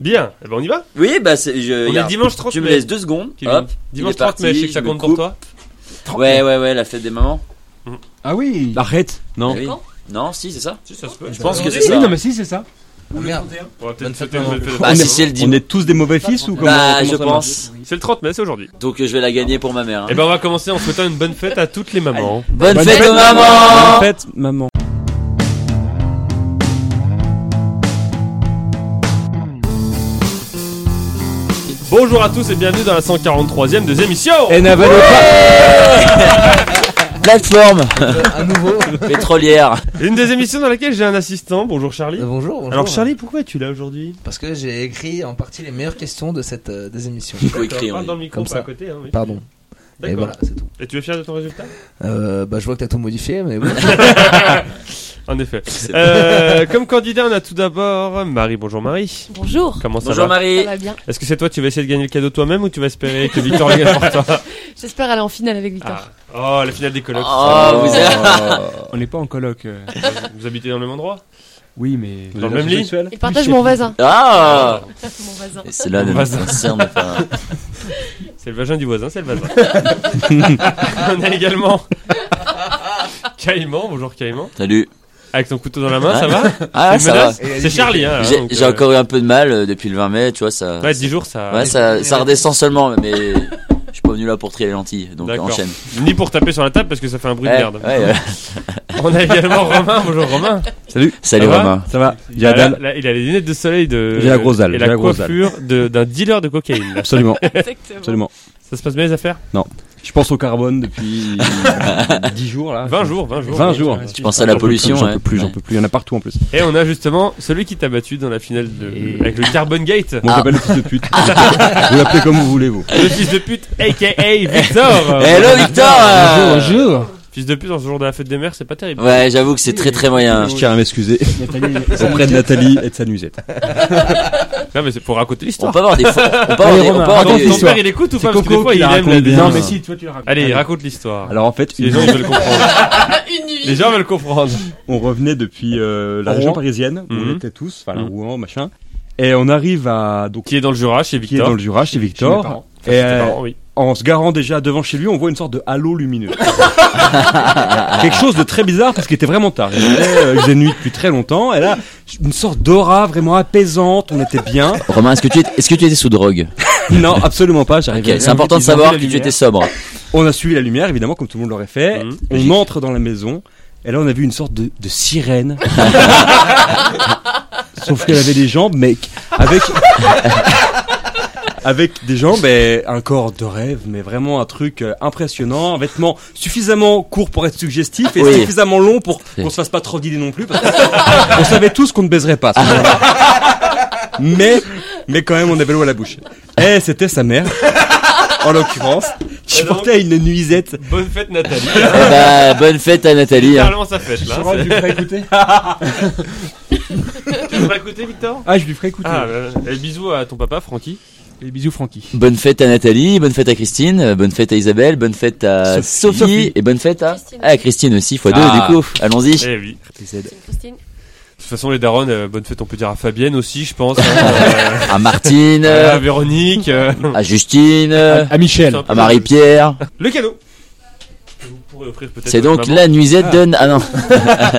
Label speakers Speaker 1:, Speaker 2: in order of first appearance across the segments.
Speaker 1: Bien, eh ben, on y va
Speaker 2: Oui, bah c'est. Je,
Speaker 1: On est
Speaker 2: regarde,
Speaker 1: dimanche 30
Speaker 2: tu me
Speaker 1: mai.
Speaker 2: laisses deux secondes.
Speaker 1: Kevin.
Speaker 2: Hop. il
Speaker 1: Dimanche
Speaker 2: est
Speaker 1: 30 mai,
Speaker 2: parti,
Speaker 1: je sais que ça
Speaker 2: je me
Speaker 1: compte pour
Speaker 2: coupe.
Speaker 1: toi.
Speaker 2: Ouais, ouais, ouais, la fête des mamans.
Speaker 3: Ah oui
Speaker 4: Arrête Non.
Speaker 2: Oui. Non, si, c'est ça.
Speaker 1: Si, ça se peut.
Speaker 2: Je pense que c'est
Speaker 3: Oui,
Speaker 2: ça.
Speaker 3: non, mais si, c'est ça.
Speaker 5: merde.
Speaker 1: On va peut-être
Speaker 5: Bonne fête,
Speaker 1: souhaiter une
Speaker 5: maman.
Speaker 1: bonne fête à
Speaker 2: Bah,
Speaker 1: tout
Speaker 2: si
Speaker 1: le
Speaker 2: c'est le
Speaker 4: On
Speaker 2: dimanche.
Speaker 4: est tous des mauvais fils ou comment,
Speaker 2: Bah, je
Speaker 4: comment ça marche Eh
Speaker 2: pense.
Speaker 1: monde. C'est le 30 mai, c'est aujourd'hui.
Speaker 2: Donc, euh, je vais la gagner pour ma mère. hein.
Speaker 1: Et ben on va commencer en souhaitant une bonne fête à toutes les mamans.
Speaker 2: Bonne,
Speaker 4: Bonne
Speaker 2: fête,
Speaker 4: fête,
Speaker 2: aux mamans
Speaker 4: En fait, maman.
Speaker 1: Bonjour à tous et bienvenue dans la 143ème des émissions.
Speaker 4: Eh, n'avale pas
Speaker 2: Plateforme
Speaker 5: À nouveau. Euh,
Speaker 2: pétrolière.
Speaker 1: Une des émissions dans laquelle j'ai un assistant. Bonjour Charlie.
Speaker 5: Euh, bonjour, bonjour.
Speaker 1: Alors Charlie, pourquoi es-tu là aujourd'hui
Speaker 5: Parce que j'ai écrit en partie les meilleures questions de cette euh, des émissions.
Speaker 2: Faut écrire.
Speaker 1: Parle
Speaker 2: oui.
Speaker 1: dans le micro,
Speaker 5: Comme
Speaker 1: pas
Speaker 5: ça.
Speaker 1: à côté. hein, oui.
Speaker 5: Pardon. Et
Speaker 1: D'accord.
Speaker 5: voilà, c'est tout.
Speaker 1: Et tu es fier de ton résultat
Speaker 5: Euh, bah, je vois que t'as tout modifié, mais bon.
Speaker 1: En effet.
Speaker 2: C'est-
Speaker 1: Euh, comme candidat, on a tout d'abord Marie. Bonjour Marie.
Speaker 6: Bonjour.
Speaker 1: Comment ça
Speaker 2: Bonjour
Speaker 1: va
Speaker 6: Ça
Speaker 2: Marie.
Speaker 6: va bien.
Speaker 1: Est-ce que c'est toi tu vas essayer de gagner le cadeau toi-même ou tu vas espérer que Victor le gagne pour toi
Speaker 6: J'espère aller en finale avec Victor.
Speaker 1: Ah. Oh, la finale des colloques.
Speaker 2: Oh, vous êtes.
Speaker 4: On n'est pas en coloc. euh.
Speaker 1: Vous habitez dans le même endroit
Speaker 4: Oui, mais.
Speaker 1: Dans le même lit
Speaker 6: Il partage mon voisin.
Speaker 2: Ah
Speaker 6: Mon voisin.
Speaker 2: Et c'est là
Speaker 1: Mon
Speaker 2: le
Speaker 1: voisin.
Speaker 2: concerne pas.
Speaker 1: C'est le vagin du voisin, c'est le voisin. on a également Caïman. Bonjour Caïman.
Speaker 2: Salut.
Speaker 1: Avec ton couteau dans la main, ça va
Speaker 2: Ah,
Speaker 1: C'est une
Speaker 2: ça va.
Speaker 1: menace C'est Charlie.
Speaker 4: Ah,
Speaker 1: Hein,
Speaker 2: J'ai-
Speaker 1: donc,
Speaker 2: J'ai
Speaker 1: euh,
Speaker 2: encore eu un peu de mal euh, depuis le 20 mai, tu vois, ça.
Speaker 1: Ouais, 10 jours ça.
Speaker 2: Ouais, ça, ça redescend seulement, mais je suis pas venu là pour trier les lentilles, donc
Speaker 1: D'accord.
Speaker 2: enchaîne.
Speaker 1: Ni pour taper sur la table parce que ça fait un bruit de
Speaker 2: Ouais,
Speaker 1: merde.
Speaker 2: Eh, ouais, ouais.
Speaker 1: On a également Romain. Bonjour Romain.
Speaker 4: Salut.
Speaker 2: Salut
Speaker 1: va
Speaker 2: Romain.
Speaker 4: Ça va J'ai la
Speaker 1: Ah, là,
Speaker 4: dalle.
Speaker 1: là, il a les lunettes de soleil de.
Speaker 4: J'ai la grosse dalle,
Speaker 1: Et
Speaker 4: j'ai
Speaker 1: la
Speaker 4: la grosse dalle.
Speaker 1: coiffure de- d'un dealer de cocaïne. là.
Speaker 4: Absolument,
Speaker 6: Exactement.
Speaker 4: absolument.
Speaker 1: Ça se passe bien les affaires
Speaker 4: Je pense au carbone depuis 10 jours là.
Speaker 1: 20 jours, 20 jours.
Speaker 4: 20 jours.
Speaker 2: Je pense à la pollution.
Speaker 4: J'en
Speaker 2: ouais.
Speaker 4: peux plus, j'en
Speaker 2: Ouais.
Speaker 4: peux plus. Il y en a partout en plus.
Speaker 1: Et on a justement celui qui t'a battu dans la finale de... avec le Carbon Gate.
Speaker 4: Moi
Speaker 2: Ah.
Speaker 4: j'appelle le fils de pute. vous l'appelez comme vous voulez vous.
Speaker 1: Le fils de pute, aka Victor.
Speaker 2: Eh,
Speaker 4: Ah,
Speaker 2: Hello Victor euh,
Speaker 3: Bonjour,
Speaker 1: Fils de pute en ce jour de la fête des mères, c'est pas terrible.
Speaker 2: Ouais, j'avoue que c'est très très moyen.
Speaker 4: Je tiens à m'excuser auprès de Nathalie et de sa nuisette.
Speaker 1: Non, mais c'est pour raconter
Speaker 2: On
Speaker 1: l'histoire.
Speaker 2: peut avoir des faux- on peut avoir des-
Speaker 4: Allez,
Speaker 2: on peut
Speaker 4: Romain,
Speaker 2: avoir
Speaker 1: Ton,
Speaker 2: des-
Speaker 1: ton
Speaker 4: l'histoire.
Speaker 1: père il écoute ou
Speaker 4: C'est
Speaker 1: pas Parce que des
Speaker 4: Coco
Speaker 1: fois
Speaker 4: qui
Speaker 1: il
Speaker 4: la
Speaker 1: aime
Speaker 4: raconte
Speaker 1: la
Speaker 4: bien.
Speaker 1: défense.
Speaker 4: Non, mais si,
Speaker 3: toi tu le racontes.
Speaker 1: Allez, raconte l'histoire.
Speaker 4: Alors en fait,
Speaker 1: Les
Speaker 4: une-
Speaker 1: gens ils veulent comprendre.
Speaker 6: Une nuit.
Speaker 1: Les gens veulent comprendre.
Speaker 4: on revenait depuis euh, la
Speaker 1: Rouen.
Speaker 4: région parisienne où
Speaker 1: Mhm.
Speaker 4: on était tous, enfin la
Speaker 1: Mhm.
Speaker 4: Rouen, machin. Et on arrive à donc
Speaker 1: Qui est dans le Jura chez
Speaker 4: qui est dans
Speaker 1: Victor
Speaker 4: le Jura chez
Speaker 3: mes
Speaker 4: Victor.
Speaker 3: parents.
Speaker 4: Et euh,
Speaker 1: Pardon, oui.
Speaker 4: en se garant déjà devant chez lui, on voit une sorte de halo lumineux. Quelque chose de très bizarre parce qu'il était vraiment tard. Il était, euh, il faisait nuit depuis très longtemps. Et là, une sorte d'aura vraiment apaisante. On était bien.
Speaker 2: Romain, est-ce que tu étais, est-ce que tu étais sous drogue
Speaker 4: Ah, Non, absolument pas.
Speaker 2: Ok,
Speaker 4: J'arrivais.
Speaker 2: c'est important de
Speaker 4: Ils ont
Speaker 2: savoir
Speaker 4: mis
Speaker 2: que
Speaker 4: la
Speaker 2: tu
Speaker 4: lumière.
Speaker 2: étais sobre.
Speaker 4: On a suivi la lumière, évidemment, comme tout le monde l'aurait fait.
Speaker 1: Mhm.
Speaker 4: On entre dans la maison. Et là, on a vu une sorte de, de sirène. Sauf qu'elle avait des jambes, mais avec. Avec des jambes et un corps de rêve, mais vraiment un truc euh, impressionnant, un vêtement suffisamment court pour être suggestif et
Speaker 2: Oui.
Speaker 4: suffisamment long pour qu'on se fasse pas trop d'idées non plus, parce qu'on savait tous qu'on ne baiserait pas. à ce moment-là. mais, mais quand même, on avait l'eau à la bouche. Et c'était sa mère, en l'occurrence, qui
Speaker 1: Et donc
Speaker 4: portait une nuisette
Speaker 1: Bonne fête Nathalie.
Speaker 2: Eh bah, bonne fête à Nathalie. hein.
Speaker 1: Carrément ça fête là.
Speaker 3: Laurent, tu
Speaker 1: Bah, C'est-
Speaker 3: le feras écouter
Speaker 1: Tu veux pas écouter Victor
Speaker 3: Ah, je lui ferai écouter.
Speaker 1: Ah, euh, et bisous à ton papa Francky.
Speaker 3: Les bisous, Francky.
Speaker 2: Bonne fête à Nathalie, bonne fête à Christine, euh, bonne fête à Isabelle, bonne fête à Sophie,
Speaker 4: Sophie.
Speaker 2: et bonne fête à
Speaker 6: Christine.
Speaker 2: ah, Christine aussi, fois deux
Speaker 4: Ah.
Speaker 2: du coup. Allons-y.
Speaker 1: Eh oui.
Speaker 6: Christine, Christine.
Speaker 1: De toute façon les darons, euh, bonne fête on peut dire à Fabienne aussi je pense. hein,
Speaker 2: À Martine,
Speaker 1: euh, à
Speaker 2: euh,
Speaker 1: Véronique. euh,
Speaker 2: à Justine, euh,
Speaker 3: À Ah, Michel.
Speaker 2: à Marie-Pierre.
Speaker 1: Le cadeau. Que Vous pourrez offrir peut-être.
Speaker 2: C'est
Speaker 1: à votre
Speaker 2: donc
Speaker 1: maman.
Speaker 2: la nuisette de... Ah non.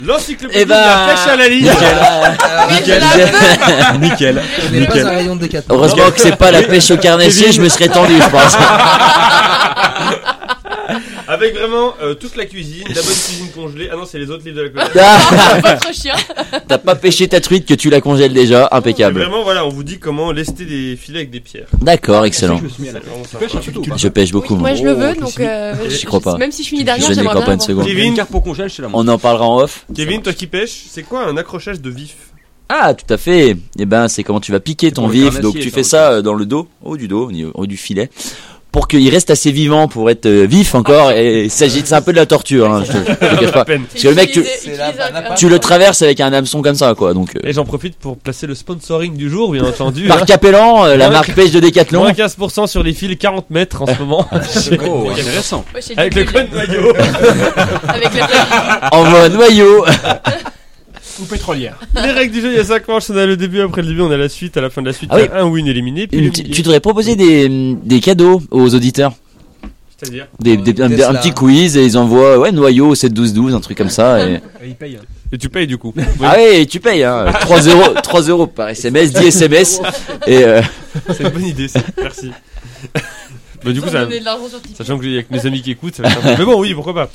Speaker 1: l'encyclopédie
Speaker 2: Eh
Speaker 1: de la
Speaker 2: ben-
Speaker 1: pêche à la ligne.
Speaker 4: nickel.
Speaker 3: Ah,
Speaker 5: Je n'ai pas un rayon de décathlon.
Speaker 2: Heureusement que c'est pas la pêche au carnassier, je me serais tendu, je pense.
Speaker 1: Avec vraiment euh, toute la cuisine, la bonne cuisine congelée. Ah non, c'est les autres livres de la cuisine.
Speaker 2: Ah,
Speaker 6: Votre chien.
Speaker 2: T'as pas pêché ta truite que tu la congèles déjà,
Speaker 4: Ah,
Speaker 2: impeccable.
Speaker 1: Vraiment, voilà, on vous dit comment lester des filets avec des pierres.
Speaker 2: D'accord, excellent.
Speaker 3: Je me suis mis à la
Speaker 1: C'est vraiment sympa.
Speaker 3: pêche, tu
Speaker 2: Je pêche
Speaker 6: Oui,
Speaker 2: beaucoup. moi.
Speaker 6: moi je le veux, donc
Speaker 3: Christine.
Speaker 6: euh,
Speaker 2: J'y
Speaker 6: je-
Speaker 2: crois pas.
Speaker 6: Même si je finis
Speaker 2: Je
Speaker 6: derrière,
Speaker 2: n'y
Speaker 6: j'aimerais
Speaker 2: crois
Speaker 6: bien.
Speaker 2: pas une
Speaker 6: avoir.
Speaker 2: seconde.
Speaker 4: Il y a une carte pour congèle chez la maman.
Speaker 2: On en parlera en off.
Speaker 1: Kevin, toi qui pêches, c'est quoi un accrochage de vif
Speaker 2: Ah, tout à fait. Eh ben, c'est comment tu vas piquer ton
Speaker 4: pour le
Speaker 2: vif.
Speaker 4: carnassier,
Speaker 2: Donc tu
Speaker 4: ça,
Speaker 2: fais
Speaker 4: en
Speaker 2: ça euh, dans le dos, au haut du dos, au niveau- au haut du filet, pour qu'il reste assez vivant pour être euh, vif encore. Et il s'agit, c'est un peu de la torture. Hein, je te, je te cache
Speaker 1: Ah, bah, À
Speaker 2: pas.
Speaker 1: peine.
Speaker 2: Parce que le mec, tu-
Speaker 6: Utiliser-
Speaker 5: C'est
Speaker 6: utiliser
Speaker 5: la-
Speaker 6: un-
Speaker 5: la-
Speaker 6: un-
Speaker 2: Tu le traverses avec un hameçon comme ça, quoi. Donc euh,
Speaker 1: Et j'en profite pour placer le sponsoring du jour, bien entendu.
Speaker 2: par
Speaker 1: hein.
Speaker 2: Capellan, euh, la
Speaker 1: Moins-
Speaker 2: marque pêche de Décathlon.
Speaker 1: Moins 15% sur les fils 40 mètres en ce moment.
Speaker 5: Oh,
Speaker 4: Intéressant.
Speaker 6: Moi, j'ai
Speaker 1: Avec
Speaker 6: dit
Speaker 1: le
Speaker 6: que-
Speaker 1: code noyau.
Speaker 4: ah,
Speaker 6: Avec la
Speaker 2: Envoie un noyau.
Speaker 3: ou pétrolière.
Speaker 1: Les règles du jeu, il y a 5 manches, on a le début, après le début, on a la suite, à la fin de la suite,
Speaker 2: Ah
Speaker 1: il y
Speaker 2: oui.
Speaker 1: a un win éliminé, puis
Speaker 2: Une
Speaker 1: le
Speaker 2: petite-
Speaker 1: milieu.
Speaker 2: tu devrais proposer des, des cadeaux aux auditeurs.
Speaker 1: C'est-à-dire
Speaker 2: Des,
Speaker 5: Ouais,
Speaker 2: des- un,
Speaker 5: Euh, Tesla.
Speaker 2: un petit quiz et ils envoient ouais, noyau au 7-12-12, un truc comme ça. Et...
Speaker 3: Et il paye. hein.
Speaker 1: Et tu payes du coup.
Speaker 2: Ah ouais, et tu payes, hein, 3 euros, 3 euros par SMS, 10 SMS. Et euh,
Speaker 1: C'est une bonne idée, ça. Merci. bah, du coup,
Speaker 6: Ils ont
Speaker 1: ça,
Speaker 6: donné de l'argent sur Tipeee.
Speaker 1: sachant que j'ai que mes amis qui écoutent, ça va être un peu- Mais bon, oui, pourquoi pas.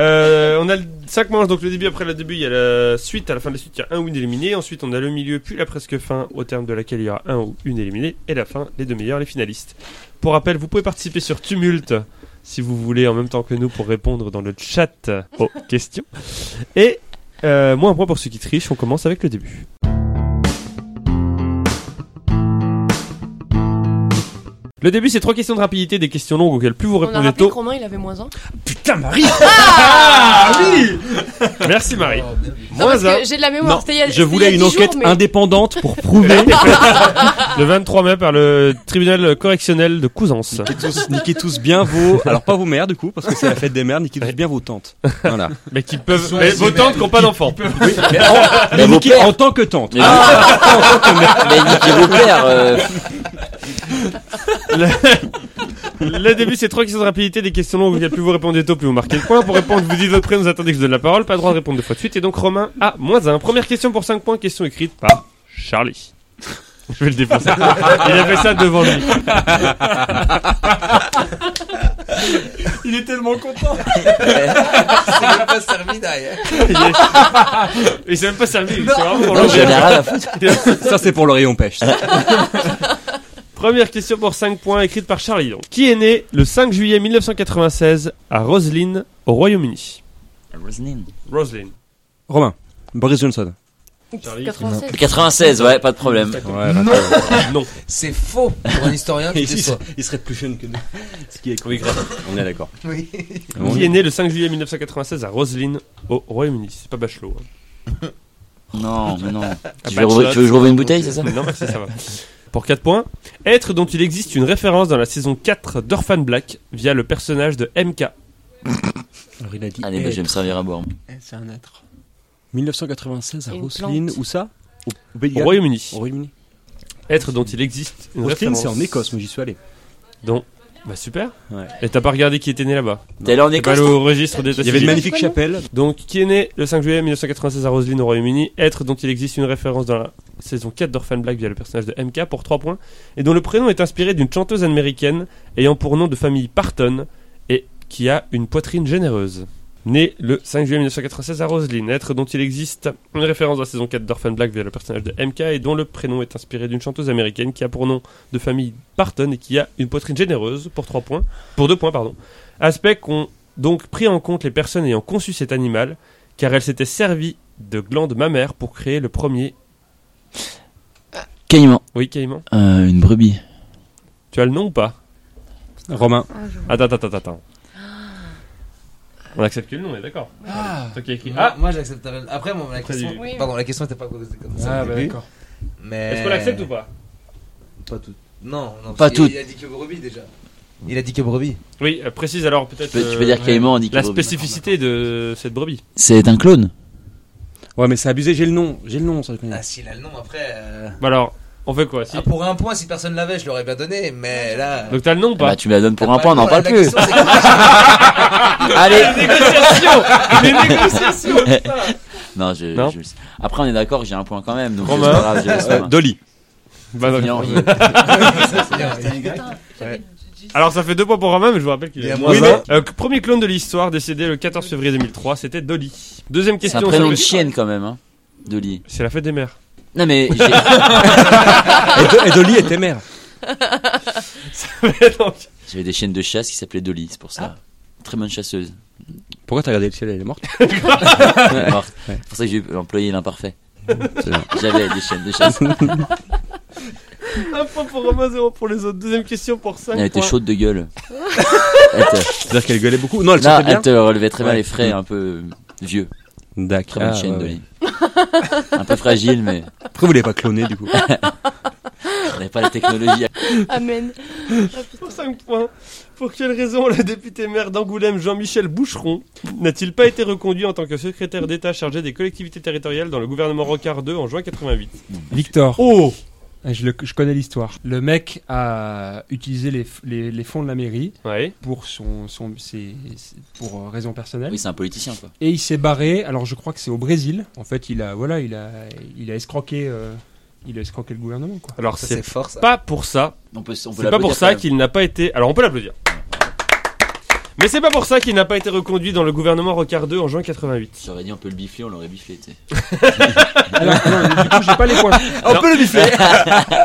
Speaker 1: Euh, on a 5 manches, donc le début, après le début, il y a la suite, à la fin de la suite, il y a un win éliminé, ensuite on a le milieu, puis la presque fin, au terme de laquelle il y aura un ou une éliminée, et la fin, les deux meilleurs, les finalistes. Pour rappel, vous pouvez participer sur Tumult, si vous voulez, en même temps que nous, pour répondre dans le chat aux questions. Et euh, moi, un point pour ceux qui trichent, on commence avec le début. Le début, c'est trois questions de rapidité, des questions longues auxquelles plus vous
Speaker 6: On a
Speaker 1: répondez
Speaker 6: rappelé
Speaker 1: tôt,
Speaker 6: que Romain, il avait moins 1.
Speaker 4: Putain, Marie
Speaker 1: Ah,
Speaker 6: Ah.
Speaker 1: Merci Marie.
Speaker 6: Non, parce
Speaker 1: Moins un.
Speaker 6: que j'ai de la mémoire.
Speaker 4: Non,
Speaker 6: c'était il y a-
Speaker 4: Je
Speaker 6: c'était il
Speaker 4: voulais
Speaker 6: y a
Speaker 4: une
Speaker 6: 10 jours,
Speaker 4: enquête
Speaker 6: mais-
Speaker 4: indépendante pour prouver.
Speaker 1: Le 23 mai par le tribunal correctionnel de Cousance.
Speaker 4: Niquez tous, niquez tous bien vos. Alors, pas vos mères, du coup, parce que c'est la fête des mères, niquez tous bien vos tantes. Voilà.
Speaker 1: Mais qui peuvent. Mais vos tantes qui n'ont pas d'enfants.
Speaker 4: Oui, mais en, mais
Speaker 2: vos
Speaker 4: niquez
Speaker 2: pères.
Speaker 4: en tant que tante.
Speaker 2: mais, mais niquez vos pères, euh,
Speaker 1: Le début, c'est trois questions de rapidité, des questions longues. auxquelles plus vous répondez tôt, plus vous marquez le point. Pour répondre, vous dites votre prénom, vous attendez que je donne la parole. Pas le droit de répondre deux fois de suite. Et donc, Romain a moins un. Première question pour 5 points. Question écrite par Charlie. Je vais le défoncer. Il a fait ça devant lui.
Speaker 3: Il est tellement content.
Speaker 5: C'est pas servi derrière.
Speaker 1: Il est- Il s'est même pas servi. c'est vraiment pour
Speaker 2: en
Speaker 1: l'enlever.
Speaker 2: général, à foutre.
Speaker 4: Ça, c'est pour le rayon pêche. ça.
Speaker 1: Première question pour 5 points, écrite par Charlie. donc. Qui est né le 5 juillet 1996 à Roslyn, au Royaume-Uni Roslyn.
Speaker 4: Romain. Boris Johnson.
Speaker 1: Charlie,
Speaker 6: 96.
Speaker 2: 96, ouais, pas de problème.
Speaker 4: Ouais,
Speaker 5: Non.
Speaker 1: Non.
Speaker 5: C'est faux pour un historien qui déçoit.
Speaker 4: serait plus jeune que nous. Ce qui est On est d'accord.
Speaker 5: Oui.
Speaker 2: Ah
Speaker 1: Qui est né le 5 juillet 1996 à Roslyn, au Royaume-Uni C'est pas Bachelot. hein.
Speaker 2: Non, mais non.
Speaker 1: Ah,
Speaker 2: Tu veux, re-
Speaker 1: Bachelot,
Speaker 2: tu veux que je rouvre une bouteille, c'est ça
Speaker 1: Non, merci, ça va. Pour 4 points, être dont il existe une référence dans la saison 4 d'Orphan Black via le personnage de MK.
Speaker 4: Alors, il a dit. eh,
Speaker 2: Allez, bah, je vais me servir à boire.
Speaker 5: C'est un être.
Speaker 4: 1996 à
Speaker 6: Et une
Speaker 4: Roslyn,
Speaker 6: plante.
Speaker 4: où ça Au
Speaker 1: Au
Speaker 4: Pays
Speaker 1: Royaume-Uni.
Speaker 4: Royaume-Uni.
Speaker 1: Être dont il existe une
Speaker 4: Roslyn,
Speaker 1: référence.
Speaker 4: Oh. c'est en Écosse, moi j'y suis allé.
Speaker 1: Dont. Bah super.
Speaker 4: Ouais.
Speaker 1: Et t'as pas regardé qui était né là-bas
Speaker 2: T'es allé en
Speaker 1: T'es pas
Speaker 2: Écosse
Speaker 1: allé au registre des
Speaker 4: Il y avait une
Speaker 1: statistiques
Speaker 4: magnifique chapelle.
Speaker 1: Donc, qui est né le 5 juillet 1996 à Roslyn, au Royaume-Uni, être dont il existe une référence dans la saison 4 d'Orphan Black via le personnage de MK pour 3 points, et dont le prénom est inspiré d'une chanteuse américaine ayant pour nom de famille Parton et qui a une poitrine généreuse. Né le 5 juillet 1996 à Roslyn, être dont il existe une référence dans la saison 4 d'Orphan Black via le personnage de MK et dont le prénom est inspiré d'une chanteuse américaine qui a pour nom de famille Parton et qui a une poitrine généreuse pour 3 points, pour 2 points, pardon. Aspect qu'ont donc pris en compte les personnes ayant conçu cet animal, car elles s'étaient servies de glandes mammaires pour créer le premier.
Speaker 2: Caïman.
Speaker 1: Oui, Caïman
Speaker 2: Euh, une brebis.
Speaker 1: Tu as le nom ou pas
Speaker 4: Romain.
Speaker 1: Attends, attends, attends, attends. On accepte que le nom, on est d'accord.
Speaker 5: Ah.
Speaker 1: Toi qui as écrit.
Speaker 5: Moi-
Speaker 1: Ah
Speaker 5: Moi j'accepterais. le- Après, bon, la
Speaker 1: Après,
Speaker 5: question.
Speaker 6: du-
Speaker 5: Pardon, la question n'était pas posée comme ça.
Speaker 3: Ah, bah d'accord.
Speaker 5: Mais.
Speaker 1: Est-ce qu'on l'accepte ou pas
Speaker 5: Pas tout. Non, non.
Speaker 2: Pas
Speaker 5: parce qu'il-
Speaker 2: toutes.
Speaker 5: Il a dit que brebis déjà. Il a dit que brebis.
Speaker 1: Oui, euh, précise alors
Speaker 2: Tu
Speaker 1: peut-être.
Speaker 2: peux, tu peux
Speaker 1: euh,
Speaker 2: dire Caïman, on dit
Speaker 1: La
Speaker 2: qu'il-
Speaker 1: spécificité de cette brebis.
Speaker 2: C'est un clone.
Speaker 4: Ouais, mais c'est abusé, j'ai le nom. J'ai le nom, ça je connais.
Speaker 5: Ah, s'il a le nom après. euh,
Speaker 1: Bah alors, on fait quoi si-
Speaker 5: ah, pour un point, si personne l'avait, je l'aurais bien donné. Mais là.
Speaker 1: Donc t'as le nom ou
Speaker 2: Bah,
Speaker 1: pas
Speaker 2: tu me la donnes pour
Speaker 5: T'as
Speaker 2: un
Speaker 5: pas
Speaker 2: point, on
Speaker 5: le
Speaker 2: n'en
Speaker 5: droit,
Speaker 2: parle
Speaker 5: la
Speaker 2: plus.
Speaker 5: question, c'est que-
Speaker 2: Allez
Speaker 1: Négociation Les négociations
Speaker 2: Non, je,
Speaker 1: Non.
Speaker 2: je- Après, on est d'accord, j'ai un point quand même. Donc, c'est
Speaker 1: Romain.
Speaker 2: pas grave, je laisse
Speaker 4: Euh,
Speaker 2: Romain.
Speaker 4: Dolly.
Speaker 2: ben,
Speaker 1: Bah, non.
Speaker 2: Bien, oui.
Speaker 6: J'avais-
Speaker 1: Alors ça fait deux points pour Romain, mais je vous rappelle qu'il
Speaker 5: Il y
Speaker 1: est
Speaker 5: a
Speaker 1: Oui,
Speaker 5: moins
Speaker 1: mais- euh, Premier clone de l'histoire, décédé le 14 février 2003, c'était Dolly. Deuxième
Speaker 2: C'est un
Speaker 1: question.
Speaker 2: prénom
Speaker 1: ça
Speaker 2: de
Speaker 1: fait-
Speaker 2: chienne quand même, hein. Dolly.
Speaker 1: C'est la fête des mères.
Speaker 2: Non, mais. j'ai-
Speaker 4: Et, Do- et Dolly était mère.
Speaker 1: Donc,
Speaker 2: J'avais des chiennes de chasse qui s'appelaient Dolly, c'est pour ça.
Speaker 4: Ah.
Speaker 2: Très bonne chasseuse.
Speaker 4: Pourquoi t'as regardé le ciel Elle est morte.
Speaker 2: Elle est morte. C'est pour ça que j'ai employé l'imparfait. J'avais des chiennes de chasse.
Speaker 1: un point pour Romain, zéro pour les autres. Deuxième question pour 5
Speaker 2: Elle était
Speaker 1: points.
Speaker 2: chaude de gueule. Elle te,
Speaker 4: C'est-à-dire qu'elle gueulait beaucoup. Non, elle
Speaker 2: non,
Speaker 4: sentait bien.
Speaker 2: elle te relevait très bien
Speaker 4: Ouais. Ah,
Speaker 2: les frais, un peu vieux. Très
Speaker 4: D'accord.
Speaker 2: bonne chienne, Dolly. Un peu fragile, mais
Speaker 4: Pourquoi vous l'avez pas cloné du coup
Speaker 2: on n'avait pas la technologie.
Speaker 6: Amen.
Speaker 1: Pour 5 points. Pour quelle raison le député maire d'Angoulême Jean-Michel Boucheron n'a-t-il pas été reconduit en tant que secrétaire d'État chargé des collectivités territoriales dans le gouvernement Rocard II en juin 88
Speaker 7: Victor,
Speaker 1: Oh
Speaker 7: je, le- je connais l'histoire. Le mec a utilisé les, f- les- les fonds de la mairie
Speaker 1: Ouais.
Speaker 7: pour, son, son- ses- ses- pour euh, raison personnelle.
Speaker 2: Oui, c'est un politicien, quoi.
Speaker 7: Et il s'est barré, alors je crois que c'est au Brésil. En fait, il a, voilà, il a, il a escroqué... euh, il a escroqué le gouvernement, quoi.
Speaker 1: Alors
Speaker 5: Ça, c'est
Speaker 1: c'est
Speaker 5: fort, ça.
Speaker 1: pas pour ça
Speaker 2: On peut,
Speaker 1: C'est
Speaker 2: on peut
Speaker 1: pas pour
Speaker 2: l'applaudir
Speaker 1: ça
Speaker 2: quand
Speaker 1: qu'il n'a pas été. Alors on peut l'applaudir. Mais c'est pas pour ça qu'il n'a pas été reconduit dans le gouvernement Rocard II en juin 88.
Speaker 2: même. J'aurais dit on peut le bifler, on l'aurait biflé, tu sais.
Speaker 1: Ah,
Speaker 7: Alors, non, du coup, j'ai pas les points.
Speaker 1: On peut le bifler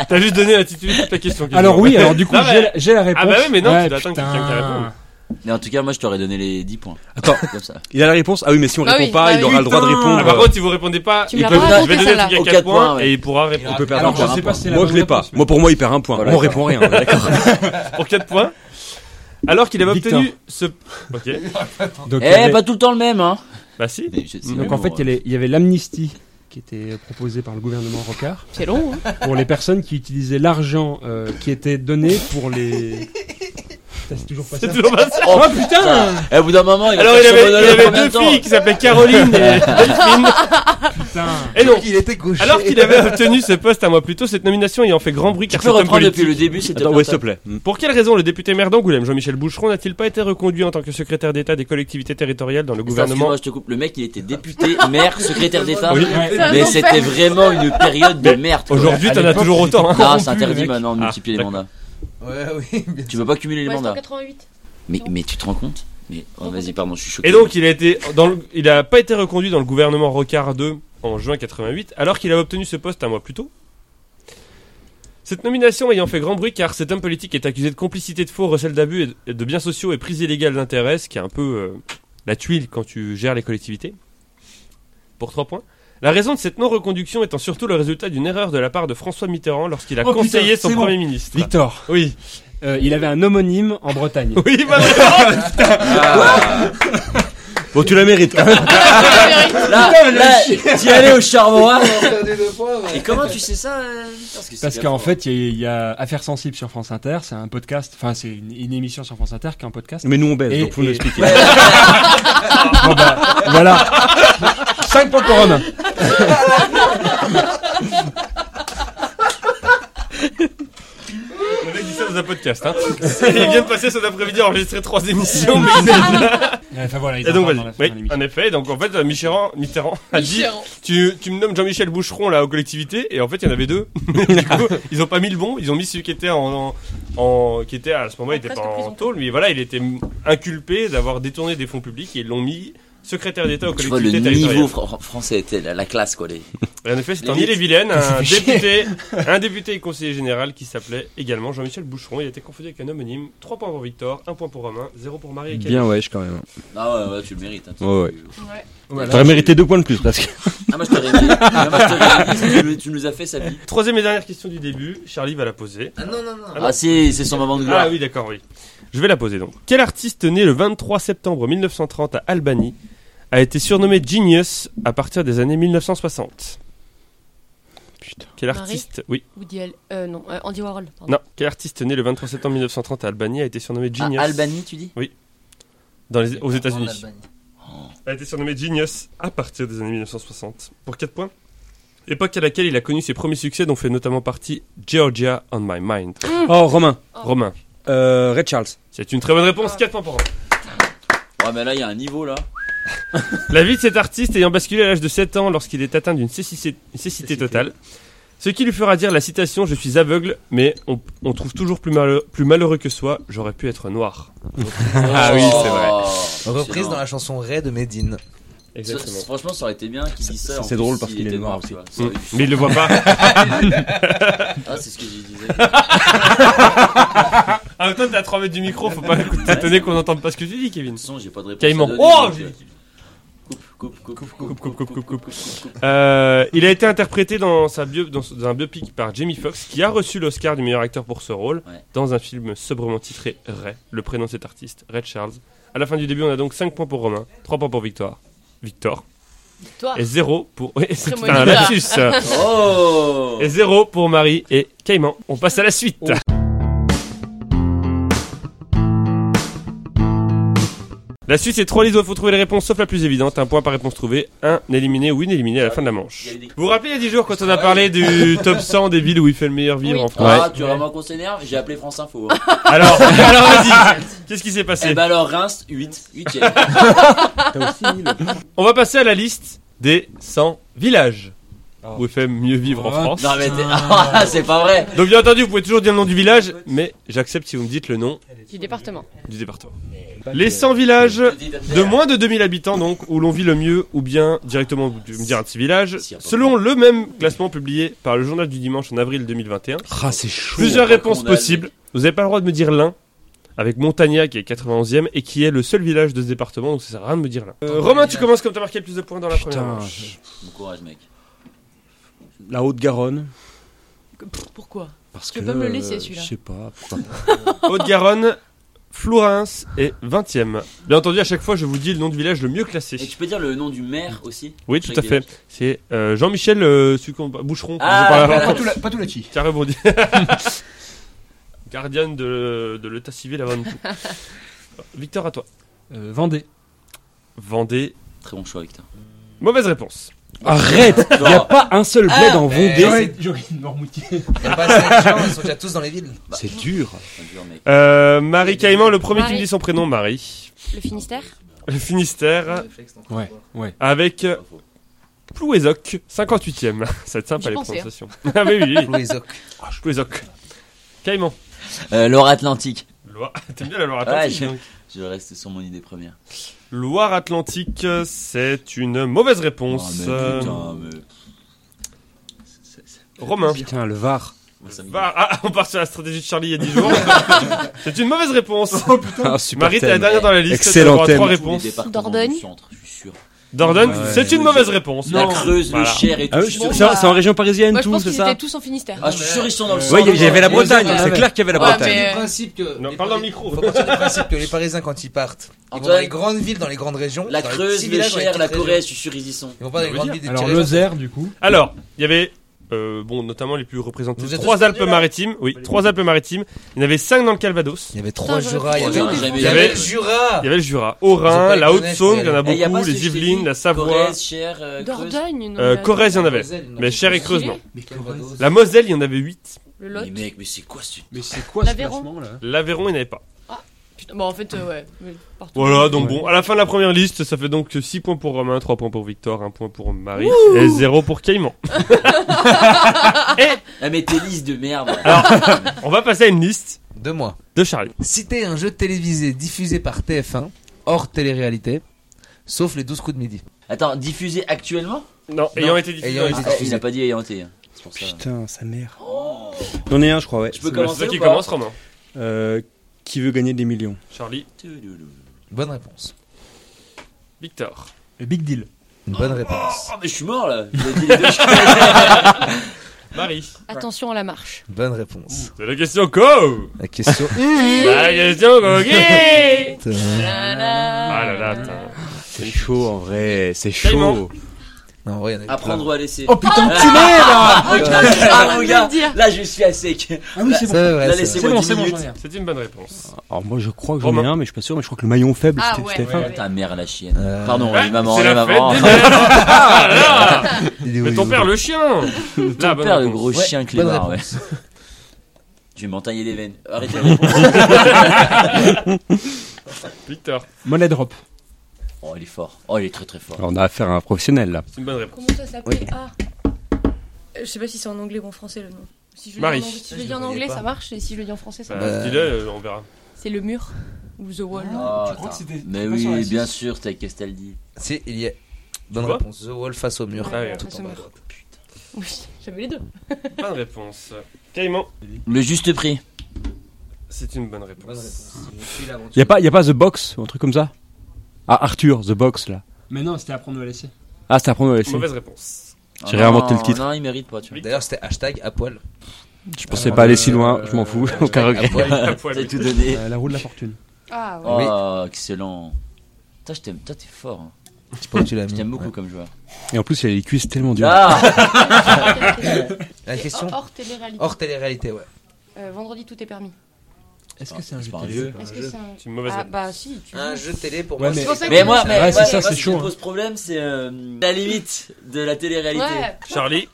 Speaker 1: T'as juste donné l'attitude toute la question. quasiment.
Speaker 7: Alors oui, alors du coup,
Speaker 1: Non,
Speaker 7: j'ai
Speaker 1: mais-
Speaker 7: la- j'ai la réponse.
Speaker 1: bah oui, mais non, tu
Speaker 7: Ouais,
Speaker 1: dois attendre
Speaker 7: putain.
Speaker 1: quelqu'un qui réponde.
Speaker 2: Mais en tout cas, moi, je t'aurais donné les 10 points. Attends, comme ça.
Speaker 4: Il a la réponse. Ah oui, mais si on
Speaker 6: Bah
Speaker 4: répond
Speaker 6: oui,
Speaker 4: pas,
Speaker 6: bah
Speaker 4: il
Speaker 6: oui.
Speaker 4: aura le droit de
Speaker 6: Putain. bah,
Speaker 4: répondre. Euh,
Speaker 1: Ah, par contre, si vous répondez pas,
Speaker 6: Tu me l'as
Speaker 2: peut-
Speaker 6: pas
Speaker 1: je vais
Speaker 6: raconté
Speaker 1: donner à
Speaker 6: celle-là.
Speaker 1: quelqu'un
Speaker 2: Au
Speaker 1: 4
Speaker 2: quatre
Speaker 1: points,
Speaker 2: points, ouais.
Speaker 1: et il pourra répondre.
Speaker 4: on peut perdre
Speaker 7: Alors,
Speaker 4: un
Speaker 7: je
Speaker 4: point.
Speaker 7: sais pas si c'est la
Speaker 4: Moi,
Speaker 7: bonne
Speaker 4: je l'ai pas.
Speaker 7: réponse, mais-
Speaker 4: Moi, pour moi, il perd un point.
Speaker 2: Voilà.
Speaker 4: on répond rien.
Speaker 1: Pour 4 points. Alors qu'il avait
Speaker 7: Victor.
Speaker 1: obtenu ce. Ok.
Speaker 7: Donc, euh, il y
Speaker 2: Eh,
Speaker 7: avait-
Speaker 2: pas tout le temps le même, hein.
Speaker 1: Bah si.
Speaker 2: Mais je- c'est
Speaker 7: Donc
Speaker 2: bon,
Speaker 7: en fait, il y
Speaker 2: ouais.
Speaker 7: avait- il y avait l'amnistie qui était proposée par le gouvernement Rocard
Speaker 6: C'est long. hein.
Speaker 7: pour les personnes qui utilisaient l'argent euh, qui était donné pour les. Putain, C'est toujours pas ça.
Speaker 1: C'est toujours pas ça.
Speaker 2: Oh,
Speaker 7: Oh putain
Speaker 2: Eh, Au bout d'un moment, il
Speaker 1: Alors
Speaker 2: a
Speaker 1: il
Speaker 2: fait son
Speaker 1: avait, il
Speaker 2: monologue
Speaker 1: avait
Speaker 2: en même
Speaker 1: deux
Speaker 2: temps.
Speaker 1: filles qui s'appelaient Caroline et Delphine. Et non.
Speaker 5: Il était gaucher.
Speaker 1: Alors qu'il avait obtenu ce poste un mois plus tôt, cette nomination ayant fait grand bruit
Speaker 2: Tu
Speaker 1: car
Speaker 2: peux
Speaker 1: cet homme
Speaker 2: reprendre
Speaker 1: politique-
Speaker 2: depuis le début, c'était
Speaker 4: Attends, ouais, s'il te plaît.
Speaker 1: Pour quelle raison le député maire d'Angoulême, Jean-Michel Boucheron, n'a-t-il pas été reconduit en tant que secrétaire d'État des collectivités territoriales dans le gouvernement
Speaker 2: Moi, je te coupe. Le mec, il était député, maire, secrétaire d'État.
Speaker 4: Oui.
Speaker 7: Ouais.
Speaker 6: C'est un
Speaker 2: Mais
Speaker 6: enfer.
Speaker 2: c'était vraiment une période de merde. quoi.
Speaker 1: Aujourd'hui,
Speaker 7: À
Speaker 1: t'en as
Speaker 7: l'époque,
Speaker 1: toujours autant. hein.
Speaker 2: Ah, c'est
Speaker 7: corrompu, le
Speaker 2: interdit
Speaker 7: mec.
Speaker 2: maintenant de
Speaker 1: Ah,
Speaker 2: multiplier les
Speaker 1: d'accord.
Speaker 2: mandats.
Speaker 5: Ouais, oui. bien
Speaker 2: Tu peux pas cumuler les
Speaker 6: Ouais, c'est en
Speaker 2: mandats.
Speaker 6: 88.
Speaker 2: Mais, mais tu te rends compte Mais oh, vas-y, pardon, je suis choqué.
Speaker 1: Et donc, il a été dans le- il a pas été reconduit dans le gouvernement Rocard II en juin 88, alors qu'il avait obtenu ce poste un mois plus tôt. Cette nomination ayant fait grand bruit car cet homme politique est accusé de complicité de faux, recel d'abus et de- et de biens sociaux et prise illégale d'intérêt, ce qui est un peu euh, la tuile quand tu gères les collectivités. Pour 3 points. La raison de cette non-reconduction étant surtout le résultat d'une erreur de la part de François Mitterrand lorsqu'il a
Speaker 7: Oh,
Speaker 1: conseillé
Speaker 7: putain,
Speaker 1: son
Speaker 7: c'est bon.
Speaker 1: Premier ministre.
Speaker 7: Victor,
Speaker 1: Oui.
Speaker 7: euh, il avait un homonyme en Bretagne.
Speaker 1: Oui, bah,
Speaker 4: Bon, tu la mérites. quand même.
Speaker 2: là, là t'y allais au charbon. hein.
Speaker 5: sûr. On a perdu deux points, ouais.
Speaker 2: Et comment tu sais ça euh Parce, que c'est
Speaker 7: Parce
Speaker 2: bien
Speaker 7: qu'en
Speaker 2: fort.
Speaker 7: fait, il y, a- il y a Affaires Sensibles sur France Inter, c'est un podcast, enfin c'est une, une émission sur France Inter qui est un podcast.
Speaker 4: Mais nous, on baisse,
Speaker 7: Et-
Speaker 4: donc faut nous
Speaker 7: et-
Speaker 4: expliquer.
Speaker 7: Bon, bah, voilà. 5 points pour Romain.
Speaker 1: Le mec dit ça dans un podcast. Hein. Il vient de passer son après-midi à enregistrer trois émissions. mais il est là.
Speaker 7: Enfin voilà, ils
Speaker 1: Et
Speaker 7: en
Speaker 1: donc
Speaker 7: parlent
Speaker 1: vas-y.
Speaker 7: dans la- dans
Speaker 1: Oui,
Speaker 7: l'émission.
Speaker 1: en effet. Donc en fait, Mitterrand, Mitterrand a dit
Speaker 6: Différent.
Speaker 1: tu, tu me nommes Jean-Michel Boucheron là aux collectivités. Et en fait, il y en avait deux. du coup, ils ont pas mis le bon. Ils ont mis celui qui était en, en, en- qui était à ce moment, il
Speaker 6: En
Speaker 1: était pas
Speaker 6: presque
Speaker 1: en
Speaker 6: prison.
Speaker 1: tôle, mais voilà, il était inculpé d'avoir détourné des fonds publics et ils l'ont mis. Secrétaire d'État aux
Speaker 2: Tu vois, le
Speaker 1: collectivités
Speaker 2: niveau
Speaker 1: territoriales.
Speaker 2: fr- français était la, la classe, quoi. Les...
Speaker 1: Et en effet, c'est en
Speaker 2: Limite.
Speaker 1: Ille-et-Vilaine,
Speaker 7: Ça
Speaker 1: un
Speaker 7: fait chier.
Speaker 1: député, un député et conseiller général qui s'appelait également Jean-Michel Boucheron. Il a été confondu avec un homonyme. 3 points pour Victor, 1 point pour Romain, 0 pour Marie et Camille.
Speaker 4: Bien, wesh, quand même.
Speaker 2: Ah ouais, ouais, tu le mérites. Hein, tu-
Speaker 4: Ouais, ouais.
Speaker 6: Ouais.
Speaker 4: T'aurais mérité deux points de plus, presque.
Speaker 2: Ah, moi, je t'aurais aimé. Ah, moi, je t'aurais aimé, parce que tu nous- Tu nous as fait sa vie.
Speaker 1: Troisième et dernière question du début, Charlie va la poser.
Speaker 5: Ah non, non, non.
Speaker 2: Ah, si, c'est son moment de gloire.
Speaker 1: Ah oui, d'accord, oui. Je vais la poser donc. Quel artiste né le 23 septembre 1930 à Albanie a été surnommé Genius à partir des années 1960
Speaker 4: Putain.
Speaker 1: Quel
Speaker 6: Marie
Speaker 1: artiste Oui,
Speaker 6: Woody Allen. Euh, non, euh, Andy Warhol. pardon.
Speaker 1: non. Quel artiste né le 23 septembre 1930 à Albanie a été surnommé
Speaker 2: Ah,
Speaker 1: Genius
Speaker 2: Albanie, tu dis
Speaker 1: dans les- aux
Speaker 5: En
Speaker 1: États-Unis
Speaker 5: Albanie.
Speaker 1: a été surnommé Genius à partir des années 1960. Pour 4 points. Époque à laquelle il a connu ses premiers succès dont fait notamment partie Georgia on My Mind.
Speaker 6: Ah.
Speaker 4: Oh, Romain.
Speaker 1: Romain,
Speaker 4: Euh, Red Charles.
Speaker 1: c'est une très bonne réponse, 4 points pour Romain.
Speaker 2: Ouais, mais là, il y a un niveau là.
Speaker 1: La vie de cet artiste ayant basculé à l'âge de 7 ans lorsqu'il est atteint d'une cécité, une cécité totale. Ce qui lui fera dire la citation Je suis aveugle, mais on, on trouve toujours plus, malheureux- plus malheureux que soi, j'aurais pu être noir. Ah oui, c'est vrai.
Speaker 2: vrai.
Speaker 5: Reprise dans la chanson Ray de Medine.
Speaker 2: Franchement, ça aurait été bien qu'il dise ça.
Speaker 4: C'est
Speaker 2: en
Speaker 4: drôle
Speaker 2: plus,
Speaker 4: parce
Speaker 2: s'il
Speaker 4: qu'il est
Speaker 2: était
Speaker 4: noir aussi.
Speaker 2: tu vois. Ça
Speaker 1: Mm.
Speaker 2: aurait dû-
Speaker 1: Mais il le voit pas.
Speaker 2: Ah, c'est ce que je disais.
Speaker 1: En même temps, t'es à 3 mètres du micro, faut pas t'étonner qu'on n'entende pas ce que tu dis, Kevin.
Speaker 2: De toute façon, j'ai pas de réponse.
Speaker 1: Caïman.
Speaker 2: à donner,
Speaker 1: Oh
Speaker 2: donc,
Speaker 1: j'ai
Speaker 2: euh,
Speaker 1: dit Kevin.
Speaker 2: Coupe, coupe, coupe,
Speaker 1: Coupe, coupe, coupe, coupe, coupe. Euh, il a été interprété dans, sa bio, dans, son- dans un biopic par Jamie Foxx, qui a reçu l'Oscar du meilleur acteur pour ce rôle,
Speaker 2: Ouais.
Speaker 1: dans un film sobrement titré Ray, le prénom de cet artiste, Ray Charles. À la fin du début, on a donc 5 points pour Romain, 3 points pour Victoire. Victor.
Speaker 6: Victoire.
Speaker 1: Et 0 pour. Ouais, c'est
Speaker 6: Très
Speaker 1: un
Speaker 6: bon
Speaker 1: lapsus, ça.
Speaker 2: Oh
Speaker 1: Et 0 pour Marie et Caïman. On passe à la suite.
Speaker 7: Oh.
Speaker 1: La suite, c'est trois listes où il faut trouver les réponses, sauf la plus évidente. Un point par réponse trouvée, un éliminé ou une éliminée à la fin de la manche. Vous vous rappelez il y a 10 jours quand on a parlé du top 100 des villes où il fait le meilleur vivre
Speaker 6: Oui.
Speaker 1: en France
Speaker 2: Ah, tu vraiment qu'on s'énerve J'ai appelé France Info. hein.
Speaker 1: Alors, alors vas-y, qu'est-ce qui s'est
Speaker 2: Eh
Speaker 1: passé
Speaker 2: ben alors, Reims, 8. 8
Speaker 1: On va passer à la liste des 100 villages
Speaker 7: Oh.
Speaker 1: où il fait mieux vivre en
Speaker 7: Oh,
Speaker 1: France.
Speaker 2: Non, mais t'es- Ah, c'est pas vrai.
Speaker 1: Donc bien entendu, vous pouvez toujours dire le nom du village, mais j'accepte si vous me dites le nom
Speaker 6: du département.
Speaker 1: du département. Les 100 villages de moins de 2000 habitants, donc, où l'on vit le mieux, ou bien directement, vous pouvez me dire un petit village, selon le même classement publié par le journal du dimanche en avril 2021.
Speaker 4: Ah, c'est chaud.
Speaker 1: Plusieurs
Speaker 2: Chaud,
Speaker 1: réponses
Speaker 2: qu'on a-
Speaker 1: possibles. Vous n'avez pas le droit de me dire l'un, avec Montagnac qui est 91e et qui est le seul village de ce département, donc ça sert à rien de me dire l'un. Euh, Romain, tu commences comme t'as marqué le plus de points dans la première
Speaker 4: Putain,
Speaker 1: manche.
Speaker 2: Bon courage, mec.
Speaker 4: La Haute-Garonne.
Speaker 6: Pff, Pourquoi
Speaker 4: Parce
Speaker 6: Tu
Speaker 4: que.
Speaker 6: peux pas me le
Speaker 4: euh,
Speaker 6: laisser, celui-là.
Speaker 4: Je sais pas. pourquoi pas.
Speaker 1: Haute-Garonne, Flourens est 20e. Bien entendu, à chaque fois, je vous dis le nom du village le mieux classé.
Speaker 2: Et tu peux dire le nom du maire aussi
Speaker 1: Oui, tout à fait. C'est euh, Jean-Michel euh, celui qu'on- Boucheron. qu'on
Speaker 2: Ah,
Speaker 1: vous parlait avant.
Speaker 5: Pas tout la- pas tout la chi.
Speaker 1: Qui a rebondi. Gardien de, de l'état civil avant nous. Victor, à toi.
Speaker 7: Euh, Vendée.
Speaker 1: Vendée.
Speaker 2: Très bon choix, Victor.
Speaker 1: Mauvaise réponse.
Speaker 4: Arrête Il n'y a
Speaker 2: Genre,
Speaker 4: pas un seul bled
Speaker 6: Ah.
Speaker 4: en Vendée.
Speaker 5: Eh, Il y a pas assez de gens, ils sont déjà tous dans les villes.
Speaker 4: C'est dur.
Speaker 2: c'est dur, mec.
Speaker 1: Euh, Marie Caïman, le premier qui me
Speaker 6: Marie.
Speaker 1: dit son prénom, Marie.
Speaker 6: Le Finistère
Speaker 1: Le Finistère,
Speaker 7: Ouais, ouais.
Speaker 1: avec
Speaker 2: Pas faux.
Speaker 1: Plouézoc, 58ème. Ça va être sympa
Speaker 6: J'y
Speaker 1: les
Speaker 6: pensais, hein.
Speaker 1: prononciations. ah oui, oui, oui.
Speaker 5: Louis Zoc.
Speaker 2: Ah,
Speaker 1: Plouézoc. Caïman.
Speaker 2: Euh, Laura Atlantique.
Speaker 1: Loire. T'aimes bien la
Speaker 2: Ouais,
Speaker 1: Loire-Atlantique
Speaker 2: je,
Speaker 1: donc.
Speaker 2: je reste sur mon idée première.
Speaker 1: Loire-Atlantique, c'est une mauvaise
Speaker 2: Oh,
Speaker 1: réponse.
Speaker 2: mais
Speaker 1: Euh,
Speaker 2: putain, mais- C'est- c'est-
Speaker 1: Romain.
Speaker 4: Putain, le Var.
Speaker 2: moi, ça me-
Speaker 1: Va- ah, on part sur la stratégie de Charlie il y a 10 jours. c'est une mauvaise réponse.
Speaker 4: Ah, super
Speaker 1: Marie, t'es la
Speaker 4: thème.
Speaker 1: dernière dans la liste.
Speaker 4: Excellent
Speaker 1: tu auras
Speaker 4: thème.
Speaker 1: trois
Speaker 2: Tous les
Speaker 1: réponses.
Speaker 2: départements
Speaker 6: Dordogne.
Speaker 2: du centre, je suis sûr.
Speaker 1: Dordogne,
Speaker 4: Ouais.
Speaker 1: c'est une mauvaise réponse.
Speaker 2: La
Speaker 1: Non.
Speaker 2: Creuse,
Speaker 1: Voilà.
Speaker 2: le Cher et tout.
Speaker 4: Ah
Speaker 2: je
Speaker 4: oui,
Speaker 2: suis
Speaker 4: c'est
Speaker 2: sûr.
Speaker 4: ça, c'est en région parisienne,
Speaker 6: bah, Moi, je
Speaker 4: tout,
Speaker 6: pense
Speaker 4: c'est
Speaker 6: qu'ils
Speaker 4: ça
Speaker 6: étaient tous en Finistère.
Speaker 2: Ah, je suis sûr, ils sont dans le
Speaker 4: Ouais,
Speaker 2: centre.
Speaker 4: il y avait la
Speaker 5: Les
Speaker 4: Bretagne,
Speaker 5: autres,
Speaker 4: c'est
Speaker 5: ouais.
Speaker 4: clair qu'il y avait la
Speaker 6: Ouais,
Speaker 4: Bretagne.
Speaker 6: mais-
Speaker 5: Du principe que
Speaker 1: euh, Non,
Speaker 5: les
Speaker 1: parle dans le
Speaker 5: Paris-
Speaker 1: micro.
Speaker 5: Faut partir du principe que les Parisiens, quand ils partent, ils vont
Speaker 2: Antoine.
Speaker 5: dans les grandes villes, dans les grandes régions.
Speaker 2: La
Speaker 5: dans les petits
Speaker 2: Creuse, le
Speaker 5: villages, dans les
Speaker 2: Cher, la
Speaker 5: petites
Speaker 2: Corrèze,
Speaker 5: régions.
Speaker 2: je suis sûr, ils y sont.
Speaker 5: Ils vont pas dans les
Speaker 1: veut
Speaker 5: grandes
Speaker 1: dire.
Speaker 5: villes des
Speaker 7: Alors
Speaker 5: petits régions.
Speaker 7: Lozère, du coup.
Speaker 1: Alors, il y avait, euh, bon, notamment les plus représentés,
Speaker 5: Vous êtes
Speaker 1: trois
Speaker 5: tous
Speaker 1: Alpes-Maritimes. Oui, trois Alpes-Maritimes. Il y en avait cinq dans le Calvados.
Speaker 5: Il y avait trois Jura, il
Speaker 6: j'aurais
Speaker 5: y
Speaker 6: pu
Speaker 5: avait,
Speaker 6: dire
Speaker 5: il
Speaker 2: jamais
Speaker 5: y avait
Speaker 1: jamais.
Speaker 5: le Jura.
Speaker 1: Il y avait le Jura,
Speaker 5: Ils ont
Speaker 1: Haut-Rhin,
Speaker 5: pas les
Speaker 1: la
Speaker 5: connaître,
Speaker 1: Haute-Saône, il y en a
Speaker 5: mais
Speaker 1: beaucoup,
Speaker 2: Eh, il y a pas ce que
Speaker 1: les
Speaker 2: je t'ai
Speaker 1: Yvelines,
Speaker 2: dit.
Speaker 1: la Savoie.
Speaker 2: Corrèze, Cher, euh, Creuse.
Speaker 6: Dordogne, non
Speaker 1: Euh,
Speaker 6: mais-
Speaker 1: Corrèze, il y en avait.
Speaker 5: Moselle, non.
Speaker 1: Mais Cher et Creuse, non.
Speaker 5: Mais Calvados.
Speaker 1: La Moselle, il y en avait huit.
Speaker 6: Le
Speaker 2: Mais
Speaker 6: Lot.
Speaker 2: mec, mais c'est quoi ce.
Speaker 7: Mais c'est quoi ce
Speaker 6: L'Aveyron.
Speaker 7: placement là
Speaker 1: L'Aveyron, il n'y en avait pas.
Speaker 6: Putain, Bon, en fait, euh, ouais. mais partout.
Speaker 1: Voilà, donc bon, à la fin de la première liste, ça fait donc 6 points pour Romain, 3 points pour Victor, 1 point pour Marie et 0 pour Caïman.
Speaker 2: Ah, mais tes listes de merde.
Speaker 1: On va passer à une liste
Speaker 5: Deux mois.
Speaker 1: de Charlie.
Speaker 5: Citer un jeu télévisé diffusé par TF1, hors télé-réalité, sauf les 12 coups de midi.
Speaker 2: Attends, diffusé actuellement
Speaker 1: Non, ayant été diffusé.
Speaker 5: Ayant
Speaker 1: dans
Speaker 5: été
Speaker 1: les-
Speaker 2: Ah, Il n'a pas dit ayant été. hein. C'est pour ça.
Speaker 4: Putain, sa mère.
Speaker 2: Oh.
Speaker 4: J'en ai un, je crois, ouais.
Speaker 2: Je peux
Speaker 1: C'est
Speaker 2: commencer
Speaker 1: toi
Speaker 2: ou
Speaker 1: qui
Speaker 2: pas
Speaker 1: commence, Romain.
Speaker 4: Euh, qui veut gagner des millions
Speaker 1: Charlie,
Speaker 5: Bonne réponse.
Speaker 1: Victor.
Speaker 7: Le Big Deal.
Speaker 5: Une bonne
Speaker 2: Oh,
Speaker 5: réponse.
Speaker 2: mais je suis mort là. Il a dit les deux choses.
Speaker 1: Marie.
Speaker 6: Attention à la marche.
Speaker 5: Bonne réponse.
Speaker 1: C'est la question co
Speaker 5: La question. euh,
Speaker 1: La question coquille Ah là là, putain.
Speaker 4: C'est chaud en vrai, c'est
Speaker 1: Caïman.
Speaker 5: non, en vrai, il y en a eu
Speaker 2: Apprendre ou à laisser.
Speaker 7: Oh putain,
Speaker 2: Ah.
Speaker 7: tu l'es là
Speaker 5: plein.
Speaker 2: Ah, mon
Speaker 6: Oh, Je
Speaker 2: gars,
Speaker 6: veux dire.
Speaker 2: là je suis à sec.
Speaker 7: Ah oui, c'est bon.
Speaker 5: C'est vrai,
Speaker 2: Là,
Speaker 5: c'est
Speaker 2: laissez-moi
Speaker 5: vrai.
Speaker 7: C'est bon,
Speaker 2: dix
Speaker 7: c'est bon,
Speaker 2: minutes.
Speaker 7: j'en ai un.
Speaker 1: C'était une bonne réponse.
Speaker 4: Alors moi je crois que j'en ai
Speaker 1: Romain.
Speaker 4: un, mais je suis pas sûr, mais je crois que le maillon faible
Speaker 6: Ah
Speaker 4: c'était
Speaker 6: ouais.
Speaker 4: Stéphane.
Speaker 6: Ouais.
Speaker 2: Putain, merde Oh, la chienne.
Speaker 5: Euh,
Speaker 2: Pardon,
Speaker 1: Ouais,
Speaker 2: les mamans,
Speaker 1: Eh, c'est
Speaker 2: les
Speaker 1: la
Speaker 2: mamans.
Speaker 1: fête des mères.
Speaker 5: Il est où,
Speaker 1: Mais
Speaker 5: il
Speaker 1: ton
Speaker 5: est où
Speaker 1: père, le chien Là,
Speaker 2: Ton
Speaker 1: bonne
Speaker 2: père, le
Speaker 1: réponse.
Speaker 2: gros
Speaker 5: Ouais,
Speaker 2: chien
Speaker 5: bonne
Speaker 2: clébard, ouais.
Speaker 5: réponse.
Speaker 2: Je vais m'entailler les veines. Arrêtez de répondre.
Speaker 1: Victor,
Speaker 7: Money Drop.
Speaker 2: Oh, il est fort. Oh, il est très très fort.
Speaker 4: Alors, on a affaire à un professionnel là.
Speaker 1: c'est une bonne réponse.
Speaker 6: Comment ça s'appelle Ah Euh, Je sais pas si c'est en anglais ou en français le nom. Si je le
Speaker 1: Marie.
Speaker 6: dis en anglais, si je le
Speaker 5: Je
Speaker 6: dis en
Speaker 5: le voyais
Speaker 6: anglais,
Speaker 5: pas.
Speaker 6: ça marche, et si je le dis en français, ça
Speaker 1: Bah,
Speaker 6: marche.
Speaker 1: Dis-le, euh, on verra.
Speaker 6: C'est le mur ou The Wall.
Speaker 2: Oh,
Speaker 7: crois
Speaker 2: attends.
Speaker 7: que c'était-
Speaker 2: mais
Speaker 7: c'est pas sur la
Speaker 2: oui,
Speaker 7: six.
Speaker 2: bien sûr, t'as Castaldi.
Speaker 5: Si, il y a. Bonne
Speaker 1: Tu vois
Speaker 5: réponse. The Wall face au mur.
Speaker 1: Ah oui,
Speaker 6: Ouais,
Speaker 1: tout
Speaker 6: ce
Speaker 5: en bas à
Speaker 6: mur. Oui, j'avais les deux.
Speaker 1: Bonne réponse. Caïman,
Speaker 2: Le juste prix.
Speaker 1: c'est une bonne réponse.
Speaker 5: Bonne réponse. Je suis là, mon
Speaker 4: Y a pas, y a pas The Box ou un truc comme ça Ah Arthur, The Box là.
Speaker 7: Mais non, c'était apprendre ou à laisser.
Speaker 4: Ah c'était à prendre au laisser.
Speaker 1: Mauvaise réponse.
Speaker 4: J'ai réinventé le titre.
Speaker 2: Non, il mérite pas, tu vois.
Speaker 5: D'ailleurs, c'était hashtag à poil.
Speaker 4: Je pensais pas aller si loin, je m'en fous, aucun regret.
Speaker 5: À poil.
Speaker 1: À poil.
Speaker 2: T'as tout donné.
Speaker 7: Euh, la roue de la fortune.
Speaker 6: Ah ouais.
Speaker 2: Oh, excellent. Toi, je t'aime. Toi, t'es fort. hein.
Speaker 5: Je sais pas où tu l'as
Speaker 2: Je
Speaker 5: mis.
Speaker 7: Mm,
Speaker 2: t'aime beaucoup
Speaker 5: Ouais.
Speaker 2: comme joueur.
Speaker 4: Et en plus il a les cuisses tellement dures.
Speaker 2: Ah
Speaker 5: La question
Speaker 6: Hors télé-réalité.
Speaker 5: Hors télé-réalité, ouais.
Speaker 6: Euh, vendredi, tout est permis.
Speaker 7: Est-ce que c'est un
Speaker 2: c'est
Speaker 7: jeu
Speaker 2: pas un
Speaker 7: télé
Speaker 1: Bah,
Speaker 2: jeu.
Speaker 8: Est-ce que c'est un...
Speaker 1: C'est une mauvaise
Speaker 8: Ah
Speaker 1: réponse.
Speaker 8: bah si, tu
Speaker 5: Un jeu télé pour
Speaker 7: Ouais,
Speaker 5: moi.
Speaker 7: mais-
Speaker 5: c'est-
Speaker 8: pour ça que-
Speaker 2: Mais moi, mais,
Speaker 7: Ouais, c'est
Speaker 2: ouais,
Speaker 7: ça,
Speaker 2: moi,
Speaker 7: c'est
Speaker 2: ce qui
Speaker 7: chaud, hein.
Speaker 2: me pose problème, c'est euh, la limite de la télé-réalité.
Speaker 8: Ouais,
Speaker 1: Charlie,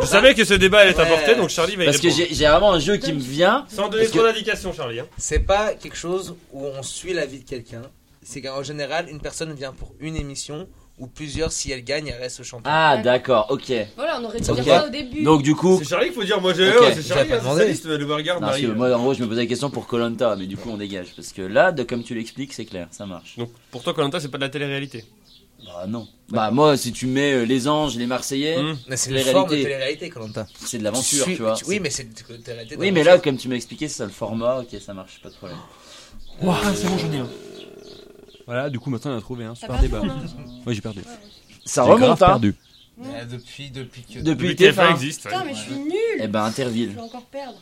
Speaker 1: je savais que ce débat allait
Speaker 5: Ouais.
Speaker 1: t'apporter, donc Charlie va y
Speaker 2: Parce que
Speaker 1: répondre.
Speaker 2: j'ai j'ai vraiment un jeu qui me vient.
Speaker 1: Sans donner
Speaker 2: parce
Speaker 1: trop
Speaker 2: que-
Speaker 1: d'indications, Charlie. hein.
Speaker 5: C'est pas quelque chose où on suit la vie de quelqu'un. C'est qu'en général, une personne vient pour une émission ou plusieurs. Si elle gagne, elle reste au champion.
Speaker 2: Ah, d'accord, ok.
Speaker 8: voilà, on aurait dû
Speaker 2: Ok.
Speaker 8: dire ça au début.
Speaker 2: Donc, du coup,
Speaker 1: C'est Charlie qu'il faut dire, moi j'ai.
Speaker 2: Ok,
Speaker 1: ouais, c'est
Speaker 5: j'avais
Speaker 1: Charlie,
Speaker 5: pas
Speaker 1: hein,
Speaker 5: demandé.
Speaker 1: spécialiste de Beauregard,
Speaker 2: non, parce
Speaker 1: Marie.
Speaker 2: que moi, en gros, je me posais la question pour Colanta, mais du coup, on dégage. Parce que là, de, comme tu l'expliques, c'est clair, ça marche.
Speaker 1: Donc pour toi, Colanta, c'est pas de la télé-réalité.
Speaker 2: Bah, non. Bah, moi, si tu mets euh, les anges, les Marseillais,
Speaker 1: Hmm.
Speaker 5: Mais Ah, c'est
Speaker 2: les
Speaker 5: une forme de
Speaker 2: réalités.
Speaker 5: télé-réalité, Colanta.
Speaker 2: c'est de l'aventure, tu, vois.
Speaker 5: Oui, mais c'est de télé-réalité.
Speaker 2: Oui, mais là, comme tu m'as expliqué, c'est ça le format, ok, ça marche, pas de problème.
Speaker 7: Ouah, c'est bon, j'en ai un.
Speaker 4: Voilà, du coup, maintenant, on a trouvé un super
Speaker 6: perdu,
Speaker 4: débat.
Speaker 6: non
Speaker 4: Moi, j'ai perdu.
Speaker 2: Ça
Speaker 4: J'ai grave
Speaker 2: remonte, hein.
Speaker 4: perdu.
Speaker 5: Euh, Depuis, depuis que.
Speaker 2: Depuis
Speaker 1: TF1
Speaker 2: TF1.
Speaker 1: existe. ouais.
Speaker 6: Putain, mais je suis nulle
Speaker 2: Eh ben,
Speaker 6: Je
Speaker 2: Interville.
Speaker 6: vais encore perdre.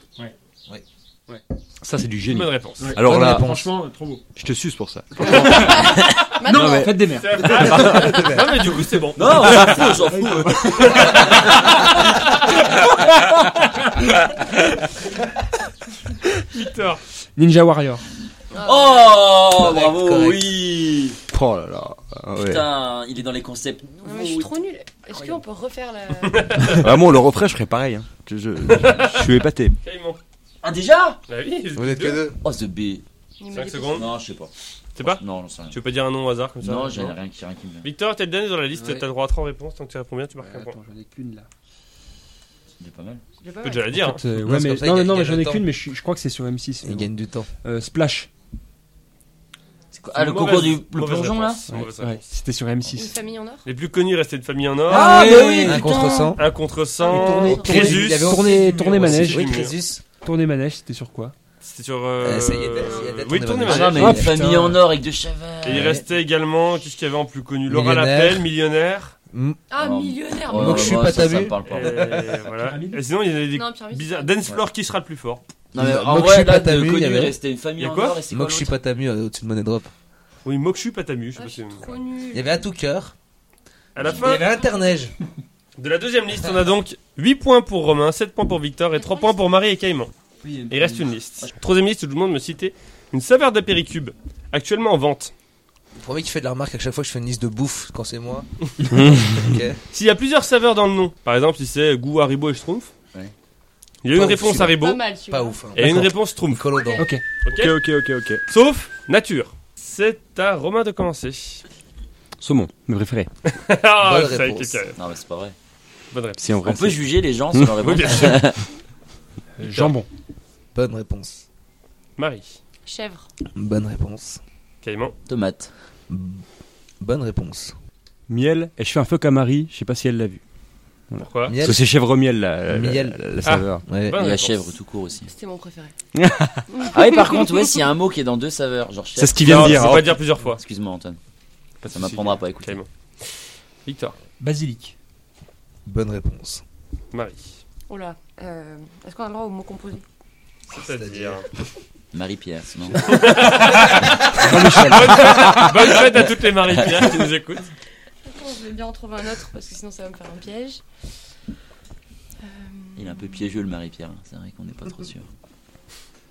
Speaker 4: Ça, c'est du génie.
Speaker 1: Bonne réponse.
Speaker 4: Alors
Speaker 5: Bonne
Speaker 4: là,
Speaker 5: réponse.
Speaker 7: Franchement, euh, trop beau.
Speaker 4: je te suce pour ça.
Speaker 8: Maintenant,
Speaker 7: Non, faites des merdes.
Speaker 1: C'est la phrase. Non, mais du coup, c'est bon.
Speaker 2: Non, on s'en fout, on s'en fout.
Speaker 1: Victor.
Speaker 7: Ninja Warrior.
Speaker 2: Oh,
Speaker 5: Correct,
Speaker 2: bravo,
Speaker 5: correct.
Speaker 2: oui.
Speaker 4: Oh là là. ah ouais.
Speaker 2: Putain, il est dans les concepts.
Speaker 6: Non, mais je suis trop nulle. Est-ce qu'on peut refaire la.
Speaker 4: Vraiment, Ah, on le referait, je ferais pareil. hein. Je, je- je suis épaté.
Speaker 1: Caïman.
Speaker 2: Ah, déjà
Speaker 1: Bah oui,
Speaker 5: Vous n'êtes que deux.
Speaker 2: Oh, The B.
Speaker 6: Il me
Speaker 1: 5
Speaker 6: dit-
Speaker 1: secondes.
Speaker 2: Non, je sais pas.
Speaker 1: C'est pas
Speaker 2: Non, j'en sais rien.
Speaker 1: Tu veux pas dire un nom au hasard comme ça
Speaker 2: Non, j'ai rien qui, rien qui me vient.
Speaker 1: Victor, t'es le dernier dans la liste,
Speaker 7: Ouais.
Speaker 1: t'as le droit à 3 réponses. Tant que tu réponds bien, tu marques un point.
Speaker 7: Attends, j'en ai qu'une là.
Speaker 2: Il est pas mal.
Speaker 6: J'ai pas
Speaker 1: Tu peux
Speaker 6: mal.
Speaker 1: déjà la dire. hein.
Speaker 7: Euh,
Speaker 5: Non,
Speaker 7: ouais,
Speaker 5: c'est
Speaker 7: mais,
Speaker 5: comme ça, il
Speaker 7: non, mais
Speaker 5: gagne-
Speaker 7: non, mais
Speaker 5: il
Speaker 7: j'en ai
Speaker 5: gagne le
Speaker 7: qu'une, mais je, suis- je crois que c'est sur M6. mais
Speaker 5: Il
Speaker 7: bon.
Speaker 5: gagne du temps.
Speaker 7: Euh, Splash.
Speaker 2: C'est quoi Ah, le
Speaker 1: Mauvaise-
Speaker 2: concours du le
Speaker 1: mauvaise
Speaker 2: plongeon là
Speaker 1: réponse,
Speaker 7: Ouais,
Speaker 1: mauvaise
Speaker 7: ouais,
Speaker 1: réponse.
Speaker 7: C'était sur
Speaker 6: Une
Speaker 7: M6.
Speaker 6: famille en or
Speaker 1: Les plus connus restaient de famille en or.
Speaker 2: Ah, mais oui
Speaker 5: Un contre 100.
Speaker 1: Un contre 100.
Speaker 7: tournez- tournez-
Speaker 1: Crésus.
Speaker 7: il y avait aussi Tournez- Mur tournez aussi. manège.
Speaker 5: Oui,
Speaker 1: Mur.
Speaker 5: Crésus.
Speaker 7: Tournée manège, c'était sur quoi
Speaker 1: C'était sur. euh,
Speaker 5: Euh, ça y est, ça y est,
Speaker 1: Oui,
Speaker 5: tournez
Speaker 1: tournez
Speaker 5: manège.
Speaker 2: Ah,
Speaker 1: manège.
Speaker 2: mais
Speaker 7: Ah,
Speaker 2: une famille
Speaker 5: putain.
Speaker 2: en or avec deux chavales.
Speaker 1: Et il restait également, qu'est-ce qu'il y avait en plus connu Laura
Speaker 5: Millionnaire.
Speaker 1: Lappel, millionnaire.
Speaker 6: Ah,
Speaker 2: Non.
Speaker 6: millionnaire
Speaker 2: Ouais,
Speaker 5: Donc, je suis
Speaker 2: moi,
Speaker 5: pas
Speaker 2: Oh, ça,
Speaker 5: ta
Speaker 2: ça
Speaker 5: vue.
Speaker 2: me parle
Speaker 1: Et,
Speaker 2: pas.
Speaker 1: voilà. et sinon, il y avait des
Speaker 6: Non, Pierre, oui.
Speaker 1: bizarres. Dance Floor, qui sera le plus fort
Speaker 2: Non, mais en
Speaker 5: Mokshi
Speaker 2: vrai, Ah là,
Speaker 5: Patami,
Speaker 2: de
Speaker 5: il y
Speaker 2: connu, il
Speaker 5: avait-
Speaker 2: restait une
Speaker 1: Il
Speaker 2: famille
Speaker 1: y a
Speaker 2: en
Speaker 1: quoi
Speaker 2: or et c'est quoi
Speaker 5: Mokshi
Speaker 2: l'autre
Speaker 5: Patami euh, au-dessus de Money Drop.
Speaker 1: Oui, Mokshu Patami, je sais
Speaker 6: Ah,
Speaker 1: pas
Speaker 6: je
Speaker 1: si.
Speaker 6: suis trop
Speaker 5: Il
Speaker 6: nulle.
Speaker 5: y avait à tout cœur.
Speaker 1: À la
Speaker 5: Il y
Speaker 1: fin
Speaker 5: avait Interneige.
Speaker 1: de la deuxième liste, on a donc 8 points pour Romain, 7 points pour Victor et 3 points pour Marie et Caïman. Et il reste une liste. Troisième liste, je vous demande de me citer une saveur d'apéricube actuellement en vente.
Speaker 5: Le premier qui fait de la remarque à chaque fois que je fais une liste de bouffe quand c'est moi.
Speaker 1: S'il y a plusieurs saveurs dans le nom, par exemple, si c'est goût Haribo et Schtroumpf,
Speaker 2: Ouais.
Speaker 1: il y a une
Speaker 5: Pas ouf,
Speaker 1: réponse
Speaker 5: celui-là.
Speaker 1: Haribo
Speaker 6: Pas mal, tu
Speaker 5: Pas
Speaker 6: vois.
Speaker 5: ouf. hein.
Speaker 1: et une réponse Schtroumpf.
Speaker 5: Colodon.
Speaker 6: Ok.
Speaker 1: Ok
Speaker 4: ok, ok, ok.
Speaker 1: Sauf nature. C'est à Romain de commencer.
Speaker 4: Saumon, mes préférés.
Speaker 1: Ah,
Speaker 5: Bonne
Speaker 1: je savais
Speaker 5: réponse.
Speaker 1: que quelqu'un-
Speaker 2: Non, mais c'est pas vrai.
Speaker 1: Bonne réponse.
Speaker 4: Si en vrai.
Speaker 2: On peut juger les gens sur leur
Speaker 1: Oui,
Speaker 2: réponse.
Speaker 1: bien sûr.
Speaker 7: Euh, Jambon.
Speaker 5: Bonne réponse.
Speaker 1: Marie,
Speaker 6: Chèvre.
Speaker 5: Bonne réponse.
Speaker 1: Caïman,
Speaker 2: Tomate.
Speaker 5: Bonne réponse.
Speaker 4: Miel, et je fais un fuck à Marie, je sais pas si elle l'a vu.
Speaker 1: pourquoi
Speaker 5: Miel.
Speaker 4: Parce que c'est chèvre-miel la, la,
Speaker 5: Miel.
Speaker 4: la- la saveur.
Speaker 5: Ouais.
Speaker 1: Bonne
Speaker 2: Et la
Speaker 1: réponse.
Speaker 2: chèvre tout court aussi.
Speaker 6: C'était mon préféré.
Speaker 2: Ah oui, par contre, ouais, s'il y a un mot qui est dans deux saveurs, genre
Speaker 4: C'est
Speaker 2: chèvre.
Speaker 4: ce qu'il vient
Speaker 1: Non,
Speaker 4: de dire.
Speaker 1: Faut
Speaker 4: hein.
Speaker 1: pas dire plusieurs fois.
Speaker 2: Excuse-moi, Antoine.
Speaker 1: Pas de
Speaker 2: Ça
Speaker 1: souci.
Speaker 2: m'apprendra pas à écouter.
Speaker 1: Caïman. Victor,
Speaker 7: Basilic.
Speaker 5: Bonne réponse.
Speaker 1: Marie.
Speaker 6: Oh là. euh, Est-ce qu'on a le droit au mot composé
Speaker 1: C'est-à-dire.
Speaker 2: Marie-Pierre, sinon.
Speaker 1: Bonne fête à toutes les Marie-Pierre qui nous écoutent.
Speaker 6: Attends, Je vais bien en trouver un autre parce que sinon ça va me faire un piège. Euh,
Speaker 2: Il est un peu piégeux, le Marie-Pierre. hein. C'est vrai qu'on n'est pas trop sûr.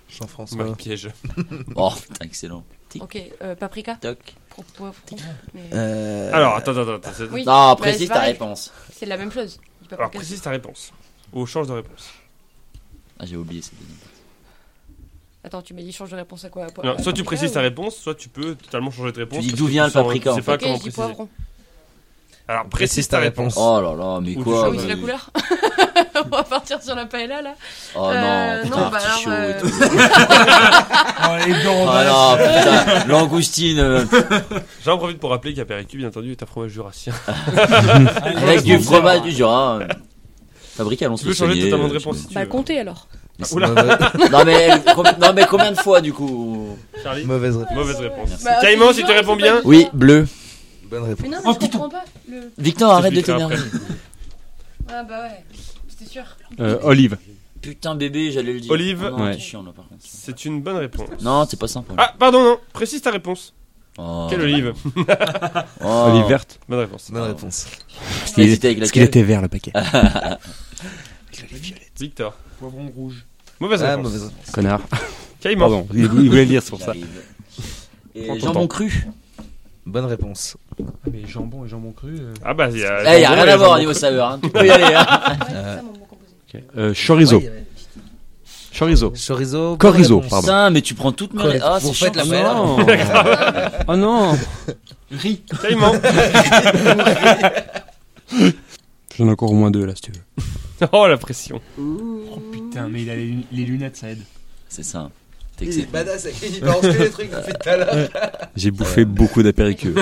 Speaker 5: Jean-François.
Speaker 1: Marie-Piège.
Speaker 2: Oh, putain, excellent. Tic,
Speaker 6: Ok, euh, paprika.
Speaker 2: toc.
Speaker 6: Pro- pro- pro- mais-
Speaker 5: Euh,
Speaker 1: Alors, attends, attends, attends. c'est-
Speaker 6: Oui,
Speaker 2: Non,
Speaker 6: bah, c'est
Speaker 2: précise ta
Speaker 6: pareil.
Speaker 2: réponse.
Speaker 6: C'est la même chose. Du
Speaker 1: Alors,
Speaker 6: paprika.
Speaker 1: précise ta réponse. Ou change de réponse.
Speaker 2: Ah, j'ai oublié cette deuxième.
Speaker 6: Attends, tu m'as dit change de réponse à quoi à po-
Speaker 1: Non,
Speaker 6: à
Speaker 1: soit tu
Speaker 6: paprika
Speaker 1: précises
Speaker 6: ou-
Speaker 1: ta réponse, soit tu peux totalement changer de réponse.
Speaker 2: dis
Speaker 1: parce
Speaker 2: d'où
Speaker 1: que
Speaker 2: vient
Speaker 1: tu
Speaker 2: le
Speaker 1: sens-
Speaker 2: paprika,
Speaker 1: Tu
Speaker 2: en
Speaker 1: sais pas
Speaker 6: Ok,
Speaker 1: comment
Speaker 6: je dis
Speaker 1: préciser.
Speaker 6: poivron.
Speaker 1: Alors, précise ta réponse.
Speaker 2: Oh là là, mais
Speaker 1: Ou
Speaker 2: quoi
Speaker 1: Ah,
Speaker 6: Ah oui, c'est
Speaker 2: mais-
Speaker 6: la couleur. On va partir sur la paella là.
Speaker 2: Oh non,
Speaker 6: Euh,
Speaker 2: putain,
Speaker 6: non, bah alors,
Speaker 2: artichaut
Speaker 6: euh,
Speaker 2: et tout. Oh non, putain, langoustine euh,
Speaker 1: J'en profite pour rappeler qu'Apéricube, bien entendu, est un fromage jurassien.
Speaker 2: avec du fromage du Jura. euh, Fabrique allons
Speaker 1: Tu
Speaker 2: se
Speaker 1: peux changer
Speaker 2: soigner,
Speaker 1: totalement de
Speaker 2: euh, tu
Speaker 1: réponse si tu
Speaker 6: Bah,
Speaker 1: veux.
Speaker 6: comptez alors.
Speaker 2: Mais c'est-
Speaker 1: Oula.
Speaker 2: peux. Non mais, com- non mais combien de fois du coup
Speaker 1: Charlie,
Speaker 5: Mauvaise réponse.
Speaker 1: mauvaise réponse.
Speaker 2: Merci.
Speaker 6: Bah,
Speaker 1: Caïman,
Speaker 6: c'est
Speaker 1: si
Speaker 6: dur,
Speaker 1: tu réponds
Speaker 6: c'est pas
Speaker 1: bien.
Speaker 6: dur.
Speaker 2: Oui, bleu.
Speaker 5: Bonne réponse.
Speaker 6: Mais non, mais je comprends pas. Le...
Speaker 2: Victor, Oh, arrête de
Speaker 1: J'expliquerai
Speaker 2: t'énerver.
Speaker 6: Ah bah ouais, c'était sûr.
Speaker 4: Euh, olive.
Speaker 2: Putain bébé, j'allais le dire.
Speaker 1: Olive.
Speaker 2: Oh non,
Speaker 4: Ouais.
Speaker 2: t'es chiant là par contre.
Speaker 1: C'est une bonne réponse.
Speaker 2: Non, c'est pas simple. hein.
Speaker 1: Ah, pardon, non. Précise ta réponse.
Speaker 2: Oh.
Speaker 1: Quelle olive
Speaker 2: Oh.
Speaker 4: Olive verte.
Speaker 1: Bonne réponse.
Speaker 5: Bonne réponse.
Speaker 2: T'as hésité avec
Speaker 4: Parce qu'il
Speaker 2: laquelle
Speaker 4: était vert le paquet.
Speaker 1: Victor.
Speaker 7: Poivron rouge.
Speaker 1: Mauvaise
Speaker 5: Ah,
Speaker 1: réponse.
Speaker 2: Ah,
Speaker 5: mauvaise réponse.
Speaker 4: Connard.
Speaker 1: Caïman.
Speaker 4: Pardon, il, il voulait le dire, c'est pour ça.
Speaker 2: Et
Speaker 4: Prends ton
Speaker 2: jambon
Speaker 4: temps.
Speaker 2: cru.
Speaker 5: Bonne réponse.
Speaker 7: Ah, mais jambon et jambon cru. euh,
Speaker 1: Ah bah, il y a.
Speaker 2: Eh, il y a
Speaker 1: jambon,
Speaker 2: rien
Speaker 1: il y
Speaker 2: à voir au
Speaker 1: jambon
Speaker 2: niveau
Speaker 1: cru.
Speaker 2: saveur. hein. Tu peux y aller. hein.
Speaker 6: Ah
Speaker 8: ça, mon bon composé.
Speaker 4: Euh, chorizo.
Speaker 5: Ouais, il y avait-
Speaker 4: Chorizo.
Speaker 5: Chorizo. bonne
Speaker 4: Chorizo,
Speaker 5: réponse.
Speaker 4: pardon.
Speaker 2: Putain, mais tu prends toute ma.
Speaker 5: Correct.
Speaker 2: Ah,
Speaker 5: Vous
Speaker 2: c'est
Speaker 5: faites la
Speaker 2: chiant.
Speaker 5: merde.
Speaker 4: Oh. oh non
Speaker 1: Caïman.
Speaker 4: J'en ai encore au moins deux là, si tu veux.
Speaker 1: Oh la pression.
Speaker 7: Putain, mais il a les, lun- les lunettes, ça aide.
Speaker 2: C'est ça. T'es
Speaker 5: Il est
Speaker 2: excellent.
Speaker 5: badass, avec- il balance que les trucs depuis tout à l'heure.
Speaker 4: J'ai bouffé beaucoup d'apéricueux.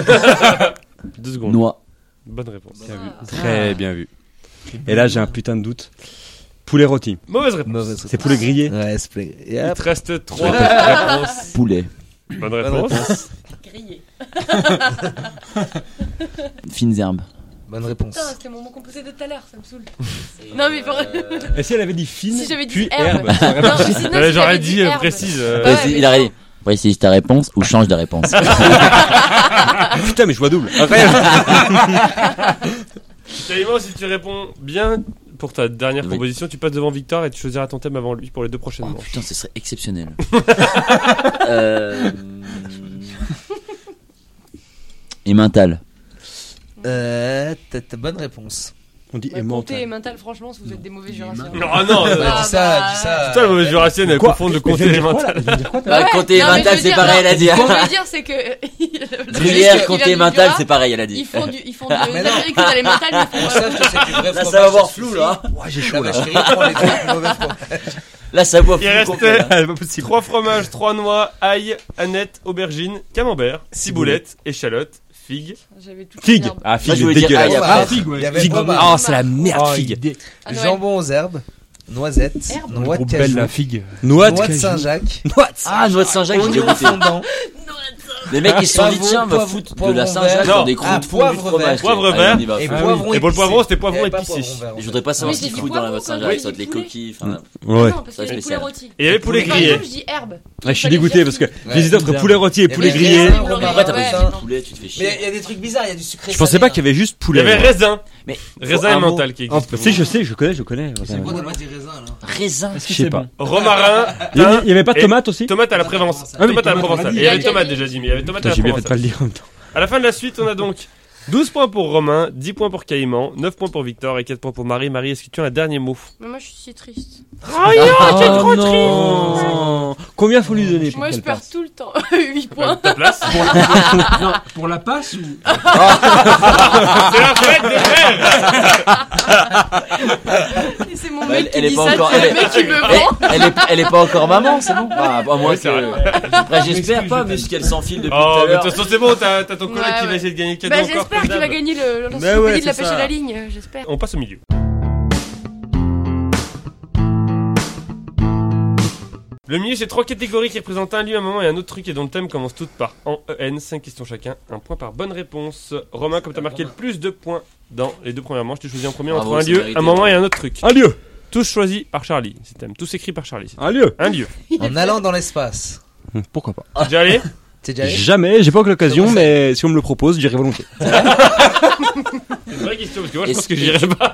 Speaker 1: Deux secondes.
Speaker 2: Noix.
Speaker 1: Bonne réponse.
Speaker 4: Très bien vu. Et là, j'ai un putain de doute. Poulet rôti.
Speaker 1: Mauvaise réponse.
Speaker 5: Mauvaise
Speaker 4: C'est poulet grillé.
Speaker 5: Ouais, c'est poulet.
Speaker 1: Il
Speaker 5: Yep.
Speaker 1: te reste trois réponses.
Speaker 2: Poulet.
Speaker 1: Bonne réponse.
Speaker 6: Grillé.
Speaker 2: Fines herbes.
Speaker 5: Bonne réponse.
Speaker 6: Putain, c'était mon bon composé de tout à l'heure, ça me saoule. Non, mais pour-
Speaker 4: Et si elle avait dit fine,
Speaker 6: Si j'avais dit
Speaker 4: puis
Speaker 6: herbe.
Speaker 4: herbe. ça aurait
Speaker 6: Non,
Speaker 4: marché.
Speaker 6: mais sinon,
Speaker 1: Ouais,
Speaker 6: si
Speaker 1: J'aurais
Speaker 6: j'avais
Speaker 1: dit euh,
Speaker 6: herbe. Bah
Speaker 1: précise. euh,
Speaker 6: Ouais,
Speaker 2: Vas-y,
Speaker 6: mais
Speaker 2: il a
Speaker 6: non.
Speaker 2: réglé. Précise ta réponse ou change de réponse.
Speaker 4: Putain, mais je vois double.
Speaker 1: Caïman, si tu réponds bien pour ta dernière
Speaker 2: Oui.
Speaker 1: proposition, tu passes devant Victor et tu choisiras ton thème avant lui pour les deux prochaines
Speaker 2: Oh
Speaker 1: manches.
Speaker 2: putain, ce serait exceptionnel. euh... Et mental.
Speaker 5: Euh, t'as- t'as bonne réponse.
Speaker 4: On dit
Speaker 6: Ouais, Comté et
Speaker 4: émental.
Speaker 6: mental, franchement, si vous êtes des mauvais jurassiens.
Speaker 1: Non, ah non, euh,
Speaker 6: Ah,
Speaker 5: dis ça,
Speaker 6: bah,
Speaker 5: dis ça.
Speaker 1: putain, la mauvaise jurassienne, elle confond le
Speaker 4: Mais
Speaker 1: compter et
Speaker 4: je viens de dire quoi,
Speaker 1: mental.
Speaker 4: là Je viens de dire quoi,
Speaker 2: Bah, compter et
Speaker 6: non, mais je
Speaker 2: mental,
Speaker 6: veux
Speaker 2: c'est
Speaker 6: dire,
Speaker 2: pareil, elle a dit. hein.
Speaker 6: Ce qu'on veut dire, c'est que.
Speaker 2: Gruyère, compter et mental, c'est pareil, elle a dit.
Speaker 6: Ils font du. Ils font du.
Speaker 5: Mais
Speaker 6: Vous
Speaker 5: non.
Speaker 6: savez que vous allez mental, mais ils
Speaker 5: Pour
Speaker 6: font-
Speaker 5: ça, je te sais que le vrai
Speaker 2: Là,
Speaker 5: fromage,
Speaker 2: ça va avoir
Speaker 5: ça
Speaker 2: flou,
Speaker 5: suffit.
Speaker 2: là. Ah,
Speaker 5: Ouais, j'ai chaud, là. vache qui rit, prends les trucs, le mauvais fromage.
Speaker 2: Là, ça boit
Speaker 1: Il
Speaker 2: fou complet,
Speaker 1: restait
Speaker 2: là.
Speaker 1: trois fromages, trois noix, ail, annette, aubergine, camembert, ciboulette, échalote, figue.
Speaker 6: J'avais tout.
Speaker 4: Figue. Ah,
Speaker 2: Là,
Speaker 4: figue,
Speaker 2: je voulais
Speaker 4: c'est
Speaker 2: dire
Speaker 4: dégueulasse.
Speaker 2: ail
Speaker 5: Ah,
Speaker 2: après.
Speaker 7: figue, ouais.
Speaker 5: Il y avait
Speaker 4: Figue.
Speaker 5: fromage.
Speaker 4: Oh, c'est la merde,
Speaker 7: Ah,
Speaker 4: figue.
Speaker 7: il est-
Speaker 5: Jambon aux herbes, noisettes,
Speaker 6: Herbes.
Speaker 5: noix de
Speaker 7: Trop belle
Speaker 5: cajou,
Speaker 7: la figue.
Speaker 4: Noix de
Speaker 5: noix de
Speaker 4: cajou.
Speaker 5: Saint-Jacques,
Speaker 4: Noix de
Speaker 2: Ah, noix de Saint-Jacques, j'ai
Speaker 5: oignons
Speaker 2: goûté.
Speaker 5: fondants,
Speaker 2: Les mecs, ils se sont dit,
Speaker 5: Poivron,
Speaker 2: tiens, on va
Speaker 5: poivron,
Speaker 2: foutre de
Speaker 5: poivron
Speaker 2: la Saint-Jacques
Speaker 5: vert.
Speaker 2: dans
Speaker 1: Non.
Speaker 2: des
Speaker 5: Ah,
Speaker 2: croûtons fondue de
Speaker 5: poivre
Speaker 2: fromage.
Speaker 1: vert.
Speaker 2: Allez, on y va.
Speaker 5: et
Speaker 1: Ah oui.
Speaker 5: poivron
Speaker 1: Et pour le
Speaker 5: épicé.
Speaker 1: poivron, c'était
Speaker 5: Il y
Speaker 1: poivron
Speaker 5: avait pas
Speaker 1: épicé.
Speaker 2: Et bah
Speaker 5: poivron vert, en
Speaker 2: ben, Je
Speaker 5: fait.
Speaker 2: voudrais pas savoir
Speaker 6: Oui,
Speaker 2: ce qu'ils
Speaker 6: j'ai dit
Speaker 2: foutent dans la noix de
Speaker 6: poivron,
Speaker 2: Saint-Jacques,
Speaker 6: quand
Speaker 2: ça doit être les
Speaker 6: j'ai dit poulet.
Speaker 2: coquilles. enfin,
Speaker 4: Ouais.
Speaker 6: Non, parce
Speaker 2: Ça,
Speaker 6: que
Speaker 2: je
Speaker 6: les
Speaker 2: l'ai
Speaker 6: poulets
Speaker 2: ça.
Speaker 6: rôtis.
Speaker 1: Et il y avait poulet
Speaker 6: Mais par exemple,
Speaker 1: grillé.
Speaker 6: je dis herbe.
Speaker 4: Ouais, je suis dégoûté parce que j'hésite entre
Speaker 5: bizarre.
Speaker 4: poulet rôti et
Speaker 5: Mais
Speaker 4: poulet
Speaker 5: rien,
Speaker 4: grillé.
Speaker 5: on
Speaker 6: Poulet
Speaker 5: va
Speaker 2: Après, t'as
Speaker 5: pas
Speaker 2: pris
Speaker 6: ouais,
Speaker 5: ça.
Speaker 2: ça, poulet, tu te fais
Speaker 5: Mais il y
Speaker 2: chier.
Speaker 5: a des trucs bizarres, il y a du sucré.
Speaker 4: Je pensais pas qu'il y avait juste
Speaker 1: Il y
Speaker 4: poulet.
Speaker 1: avait
Speaker 4: moi.
Speaker 1: raisin.
Speaker 2: Mais faut
Speaker 1: Raisin
Speaker 2: un
Speaker 1: et
Speaker 2: mot.
Speaker 1: mental qui
Speaker 4: Ah,
Speaker 1: existe.
Speaker 4: Tu sais, je sais, je connais, je connais.
Speaker 5: C'est quoi, t'as pas dit raisin, là
Speaker 2: Raisin.
Speaker 4: Je sais pas.
Speaker 1: Romarin,
Speaker 4: Il y avait- il y avait pas
Speaker 1: Et-
Speaker 4: de tomate aussi
Speaker 1: tomate à la provençale.
Speaker 4: Ah oui,
Speaker 1: tomate à la
Speaker 4: tomate, on l'a
Speaker 1: provençale.
Speaker 4: dit.
Speaker 1: Et il y avait tomate déjà dit, mais il y avait tomate à
Speaker 4: Putain,
Speaker 1: la
Speaker 4: J'ai bien fait de
Speaker 1: provençale.
Speaker 4: pas le dire en même temps.
Speaker 1: À la fin de la suite, on a donc 12 points pour Romain, 10 points pour Caïman, 9 points pour Victor et 4 points pour Marie. Marie, est-ce que tu as un dernier mot
Speaker 6: Mais moi, je suis si triste.
Speaker 4: Oh non Combien faut lui donner pour
Speaker 6: Moi, je
Speaker 4: qu'elle
Speaker 6: perds
Speaker 4: passe
Speaker 6: tout le temps. 8 points.
Speaker 1: Ta place
Speaker 7: Pour la, non, pour la passe ou
Speaker 1: C'est la fête des frères
Speaker 6: Et C'est mon
Speaker 2: Bah, elle-
Speaker 6: mec qui
Speaker 2: elle est
Speaker 6: dit
Speaker 2: pas
Speaker 6: ça,
Speaker 2: encore-
Speaker 6: c'est
Speaker 2: elle
Speaker 6: le
Speaker 2: est-
Speaker 6: mec qui me
Speaker 2: Eh,
Speaker 6: vend.
Speaker 2: Elle est, elle est pas encore maman, c'est bon Bah, à moins
Speaker 1: Oui, c'est
Speaker 2: que. Après, j'espère pas, vu ce qu'elle s'enfile depuis
Speaker 1: Oh,
Speaker 2: tout à
Speaker 1: mais de toute
Speaker 2: l'heure.
Speaker 1: façon, c'est bon, t'as t'as ton collègue
Speaker 6: Ouais,
Speaker 1: qui va
Speaker 6: ouais.
Speaker 1: essayer de gagner le cadeau
Speaker 6: Bah,
Speaker 1: encore.
Speaker 6: j'espère qu'il
Speaker 1: comme
Speaker 6: va
Speaker 1: d'hab.
Speaker 6: gagner le
Speaker 1: Mais ouais,
Speaker 6: l'encyclopédie de la
Speaker 1: c'est
Speaker 6: pêche
Speaker 1: ça.
Speaker 6: à la ligne, euh, j'espère.
Speaker 1: On passe au milieu. Le milieu, c'est trois catégories qui représentent un lieu, un moment et un autre truc, et dont le thème commence toutes par en EN, 5 questions chacun, un point par bonne réponse. Romain, comme t'as marqué le plus de points dans les deux premières manches, tu choisis en premier
Speaker 2: Bravo,
Speaker 1: entre un
Speaker 2: c'est
Speaker 1: lieu,
Speaker 2: mérité, hein.
Speaker 1: un moment et
Speaker 2: bravo.
Speaker 1: un autre truc.
Speaker 4: Un lieu
Speaker 1: Tous choisis par Charlie, c'est thème. Tous écrits par Charlie. c'est thème.
Speaker 4: Un lieu
Speaker 1: Un lieu.
Speaker 5: En allant dans l'espace.
Speaker 4: Hum, Pourquoi pas
Speaker 2: Ah.
Speaker 1: T'es déjà allé
Speaker 5: T'es déjà allé
Speaker 4: Jamais, j'ai pas eu l'occasion, mais si on me le propose, j'irai volontiers.
Speaker 1: C'est une vraie question parce que moi je
Speaker 2: Est-ce
Speaker 1: pense que
Speaker 2: que-
Speaker 1: j'irai pas.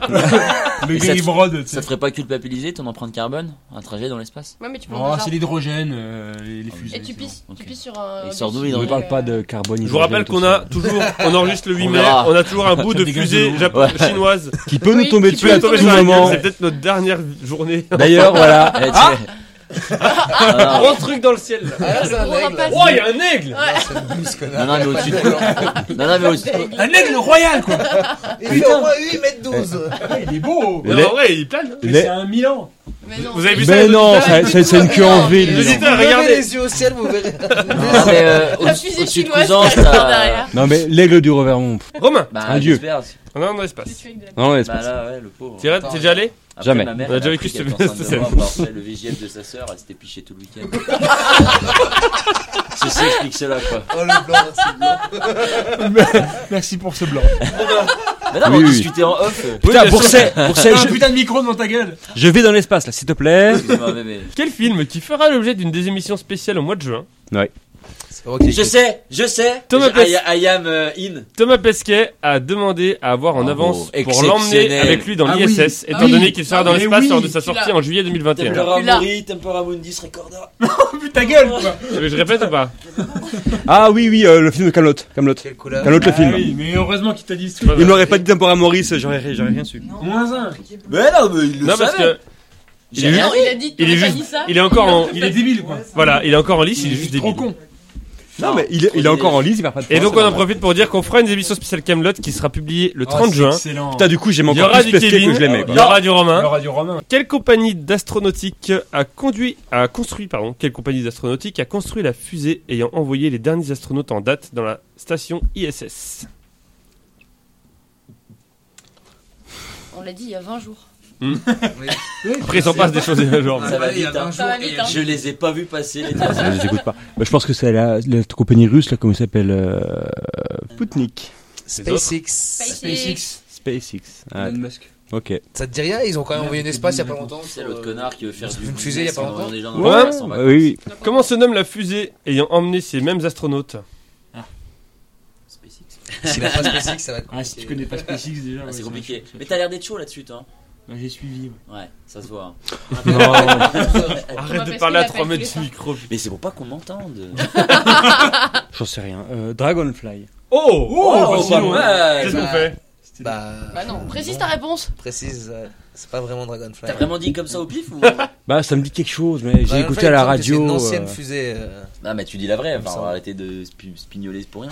Speaker 7: le
Speaker 2: Et ça
Speaker 7: gris
Speaker 2: te-
Speaker 7: brode, tu sais.
Speaker 2: Ça te ferait pas culpabiliser ton empreinte carbone Un trajet dans l'espace
Speaker 6: Ouais, mais tu peux en
Speaker 7: Oh,
Speaker 6: faire
Speaker 7: c'est l'hydrogène, euh, les, les
Speaker 2: Ah,
Speaker 7: fusées.
Speaker 6: Et tu pisses,
Speaker 2: bon, ok.
Speaker 6: tu pisses sur un.
Speaker 2: Il sort d'où, il
Speaker 4: On
Speaker 2: en
Speaker 4: ne
Speaker 2: Euh,
Speaker 4: parle pas de carbone.
Speaker 1: Je vous rappelle qu'on a toujours, on enregistre le 8
Speaker 2: On
Speaker 1: mai,
Speaker 2: verra.
Speaker 1: on a toujours un bout de
Speaker 7: dégage
Speaker 1: fusée
Speaker 7: de l'eau.
Speaker 1: japo-
Speaker 2: Ouais.
Speaker 1: chinoise
Speaker 4: qui peut nous
Speaker 6: Oui,
Speaker 4: tomber
Speaker 6: qui
Speaker 1: Tu
Speaker 4: dessus
Speaker 6: peut
Speaker 1: vas
Speaker 4: à
Speaker 1: tomber
Speaker 4: tout
Speaker 1: sur la gueule,
Speaker 4: moment.
Speaker 1: C'est peut-être notre dernière journée.
Speaker 4: D'ailleurs, voilà.
Speaker 2: Eh, tu- Ah, non.
Speaker 1: Gros truc dans le ciel. là.
Speaker 5: Ah, là, c'est
Speaker 6: Gros
Speaker 5: un aigle.
Speaker 6: rapace.
Speaker 1: Oh, il y a un aigle.
Speaker 5: Ah, c'est une blouse, connard.
Speaker 2: Non, non, mais au-dessus de- Non, non, mais au-
Speaker 7: Un aigle royal, quoi
Speaker 5: Il fait au moins 8 mètres 12.
Speaker 7: Il est beau
Speaker 1: Non,
Speaker 4: Les-
Speaker 1: mais en vrai, il hein. plane.
Speaker 7: Mais
Speaker 4: Les-
Speaker 7: c'est un Milan
Speaker 6: Mais non.
Speaker 1: Vous avez vu ça
Speaker 4: Mais
Speaker 1: les
Speaker 4: non,
Speaker 1: auditeurs
Speaker 4: ça- c'est c'est une queue en ville.
Speaker 1: Les
Speaker 4: dis donc.
Speaker 1: auditeurs,
Speaker 5: Regardez
Speaker 1: regardez.
Speaker 5: les yeux au ciel, vous verrez.
Speaker 2: Non, mais, euh, au-
Speaker 6: La fusée
Speaker 2: au-dessus de
Speaker 6: chinoise,
Speaker 2: Cousances,
Speaker 6: elle
Speaker 2: t'as-
Speaker 6: est derrière.
Speaker 4: Non mais l'aigle du Revermont. pff,
Speaker 1: Romain,
Speaker 2: Bah,
Speaker 4: Un dieu.
Speaker 2: j'espère.
Speaker 1: on est dans
Speaker 6: Je
Speaker 1: l'espace.
Speaker 6: suis avec de la-
Speaker 4: Non, Ah ouais, c'est
Speaker 2: Bah
Speaker 4: pas ça.
Speaker 2: là, ouais, le pauvre.
Speaker 1: T'es t'es déjà allé
Speaker 2: Après,
Speaker 4: Jamais.
Speaker 2: ma mère,
Speaker 1: On a
Speaker 2: elle
Speaker 1: déjà vécu
Speaker 2: appris
Speaker 1: ce-
Speaker 2: qu'elle était enceinte
Speaker 1: cette
Speaker 2: de
Speaker 1: scène.
Speaker 2: moi pour avoir fait le VGF de sa sœur, elle s'était pichée tout le week-end. Ceci explique cela, quoi.
Speaker 5: Oh, le blanc, c'est blanc.
Speaker 7: Merci pour ce blanc.
Speaker 2: Mais non,
Speaker 4: Oui,
Speaker 2: on
Speaker 4: oui.
Speaker 2: discutait en off. euh,
Speaker 1: bien
Speaker 4: Putain,
Speaker 1: sûr.
Speaker 4: Bourset, Bourset,
Speaker 7: Un
Speaker 4: je,
Speaker 7: putain de micro devant ta gueule
Speaker 4: je vais dans l'espace là, s'il te plaît.
Speaker 2: Excuse-moi, mais- mais-
Speaker 1: Quel film qui fera l'objet d'une des émissions spéciales au mois de juin
Speaker 4: Ouais.
Speaker 2: Je sais, je sais.
Speaker 1: Thomas
Speaker 2: Je- I,
Speaker 1: Pesquet.
Speaker 2: I am euh, in.
Speaker 1: Thomas Pesquet a demandé à avoir en
Speaker 2: Bravo.
Speaker 1: avance pour
Speaker 2: Ah Exceptionnel.
Speaker 1: l'emmener avec lui dans
Speaker 2: Ah
Speaker 1: l'ISS,
Speaker 6: oui.
Speaker 1: étant
Speaker 6: Ah oui.
Speaker 1: donné qu'il sera dans
Speaker 7: Mais
Speaker 1: l'espace
Speaker 7: oui,
Speaker 1: lors de sa
Speaker 6: tu l'as.
Speaker 1: sortie en juillet 2021.
Speaker 2: Tempera
Speaker 6: Là.
Speaker 2: Mori, Tempera Mundis, Recorda.
Speaker 7: Plus ta gueule, quoi.
Speaker 1: Tu veux que Je répète ou pas
Speaker 4: Ah oui, oui, euh, le film de Camelot. Camelot.
Speaker 5: Quelle couleur
Speaker 4: Camelot le film.
Speaker 7: oui, mais heureusement qu'il t'a dit ce
Speaker 1: truc.
Speaker 4: Il m'aurait pas dit Tempora Maurice, j'aurais ri- j'aurais rien su.
Speaker 7: Moins un.
Speaker 2: Mais non, mais il le
Speaker 1: Non, parce
Speaker 2: savait.
Speaker 1: que il est,
Speaker 6: Non, il a dit,
Speaker 1: il est
Speaker 6: t'aurais pas
Speaker 1: juste-
Speaker 6: dit ça.
Speaker 1: il est encore en,
Speaker 7: Il est débile, quoi.
Speaker 1: voilà, il est encore en lice, il est juste débile.
Speaker 7: Trop con.
Speaker 4: Non, mais il, est- il est encore en liste, il va pas de
Speaker 1: Et
Speaker 4: point,
Speaker 1: donc
Speaker 4: c'est
Speaker 1: on en
Speaker 4: normal.
Speaker 1: profite pour dire qu'on fera une émission spéciale Camelot qui sera publiée
Speaker 2: Oh,
Speaker 1: le 30 juin.
Speaker 7: Oh, Excellent.
Speaker 4: Putain, du coup, j'aime
Speaker 1: Il y
Speaker 4: encore
Speaker 1: aura
Speaker 4: plus
Speaker 1: du
Speaker 4: Pesquet
Speaker 1: Kevin,
Speaker 4: que je l'aimais. quoi.
Speaker 1: il y aura du Romain.
Speaker 7: Le du romain.
Speaker 1: Quelle compagnie d'astronautique a conduit, a construit, pardon, quelle compagnie d'astronautique a construit la fusée ayant envoyé les derniers astronautes en date dans la station ISS
Speaker 6: On l'a dit il y a 20 jours.
Speaker 1: Après, ils en passent des choses des genres.
Speaker 2: Ça va
Speaker 5: Ah, il y a
Speaker 2: vite, hein.
Speaker 5: 20 jours.
Speaker 6: Ça va
Speaker 5: et il y
Speaker 6: vite,
Speaker 5: a-
Speaker 6: hein.
Speaker 2: Je les ai pas vus passer les
Speaker 4: Ah, je les écoute pas. Bah, je pense que c'est la, la compagnie russe, là, comment il s'appelle euh, Putnik.
Speaker 5: SpaceX.
Speaker 6: SpaceX.
Speaker 4: SpaceX. Ah,
Speaker 7: Elon Musk.
Speaker 4: ok.
Speaker 5: Ça te dit rien Ils ont quand même envoyé un espace il y a pas longtemps.
Speaker 2: C'est l'autre connard qui veut faire du
Speaker 5: Une fusée, il y a pas longtemps.
Speaker 1: Ouais. Ah
Speaker 4: Ouais, oui,
Speaker 1: Comment se nomme la fusée ayant emmené ces mêmes astronautes
Speaker 5: S'il a pas SpaceX, ça va être
Speaker 7: Ah, si tu
Speaker 5: compliqué.
Speaker 7: connais pas SpaceX déjà. ouais,
Speaker 2: Ah, C'est
Speaker 7: ça-
Speaker 2: compliqué. Mais t'as l'air d'être chaud là-dessus, toi. hein.
Speaker 7: Bah, J'ai suivi. ouais.
Speaker 2: Ouais, ça se voit. hein. Ah,
Speaker 1: Arrête de
Speaker 6: Pesquet
Speaker 1: parler à
Speaker 6: l'appelle
Speaker 1: 3 mètres
Speaker 6: tous les
Speaker 1: du
Speaker 6: soirs.
Speaker 1: micro.
Speaker 2: Mais c'est pour pas qu'on m'entende.
Speaker 4: oui. J'en sais rien. Euh, Dragonfly.
Speaker 1: Oh
Speaker 2: Oh,
Speaker 1: pas si
Speaker 2: pas
Speaker 1: loin.
Speaker 2: mal.
Speaker 1: Qu'est-ce qu'on
Speaker 5: Bah,
Speaker 1: fait
Speaker 5: Bah,
Speaker 6: Bah non, précise ta réponse.
Speaker 5: précise, euh, c'est pas vraiment Dragonfly.
Speaker 2: T'as vraiment dit comme ça au pif ou
Speaker 4: Bah, ça me dit quelque chose, mais j'ai
Speaker 5: Dragonfly,
Speaker 4: écouté à la
Speaker 5: il me semble que C'est
Speaker 4: radio.
Speaker 5: une ancienne
Speaker 4: euh,
Speaker 5: fusée. euh,
Speaker 2: Non, mais tu dis la vraie.
Speaker 5: Il me
Speaker 2: Enfin, on
Speaker 5: semble.
Speaker 2: va arrêter de spi- spignoler pour rien.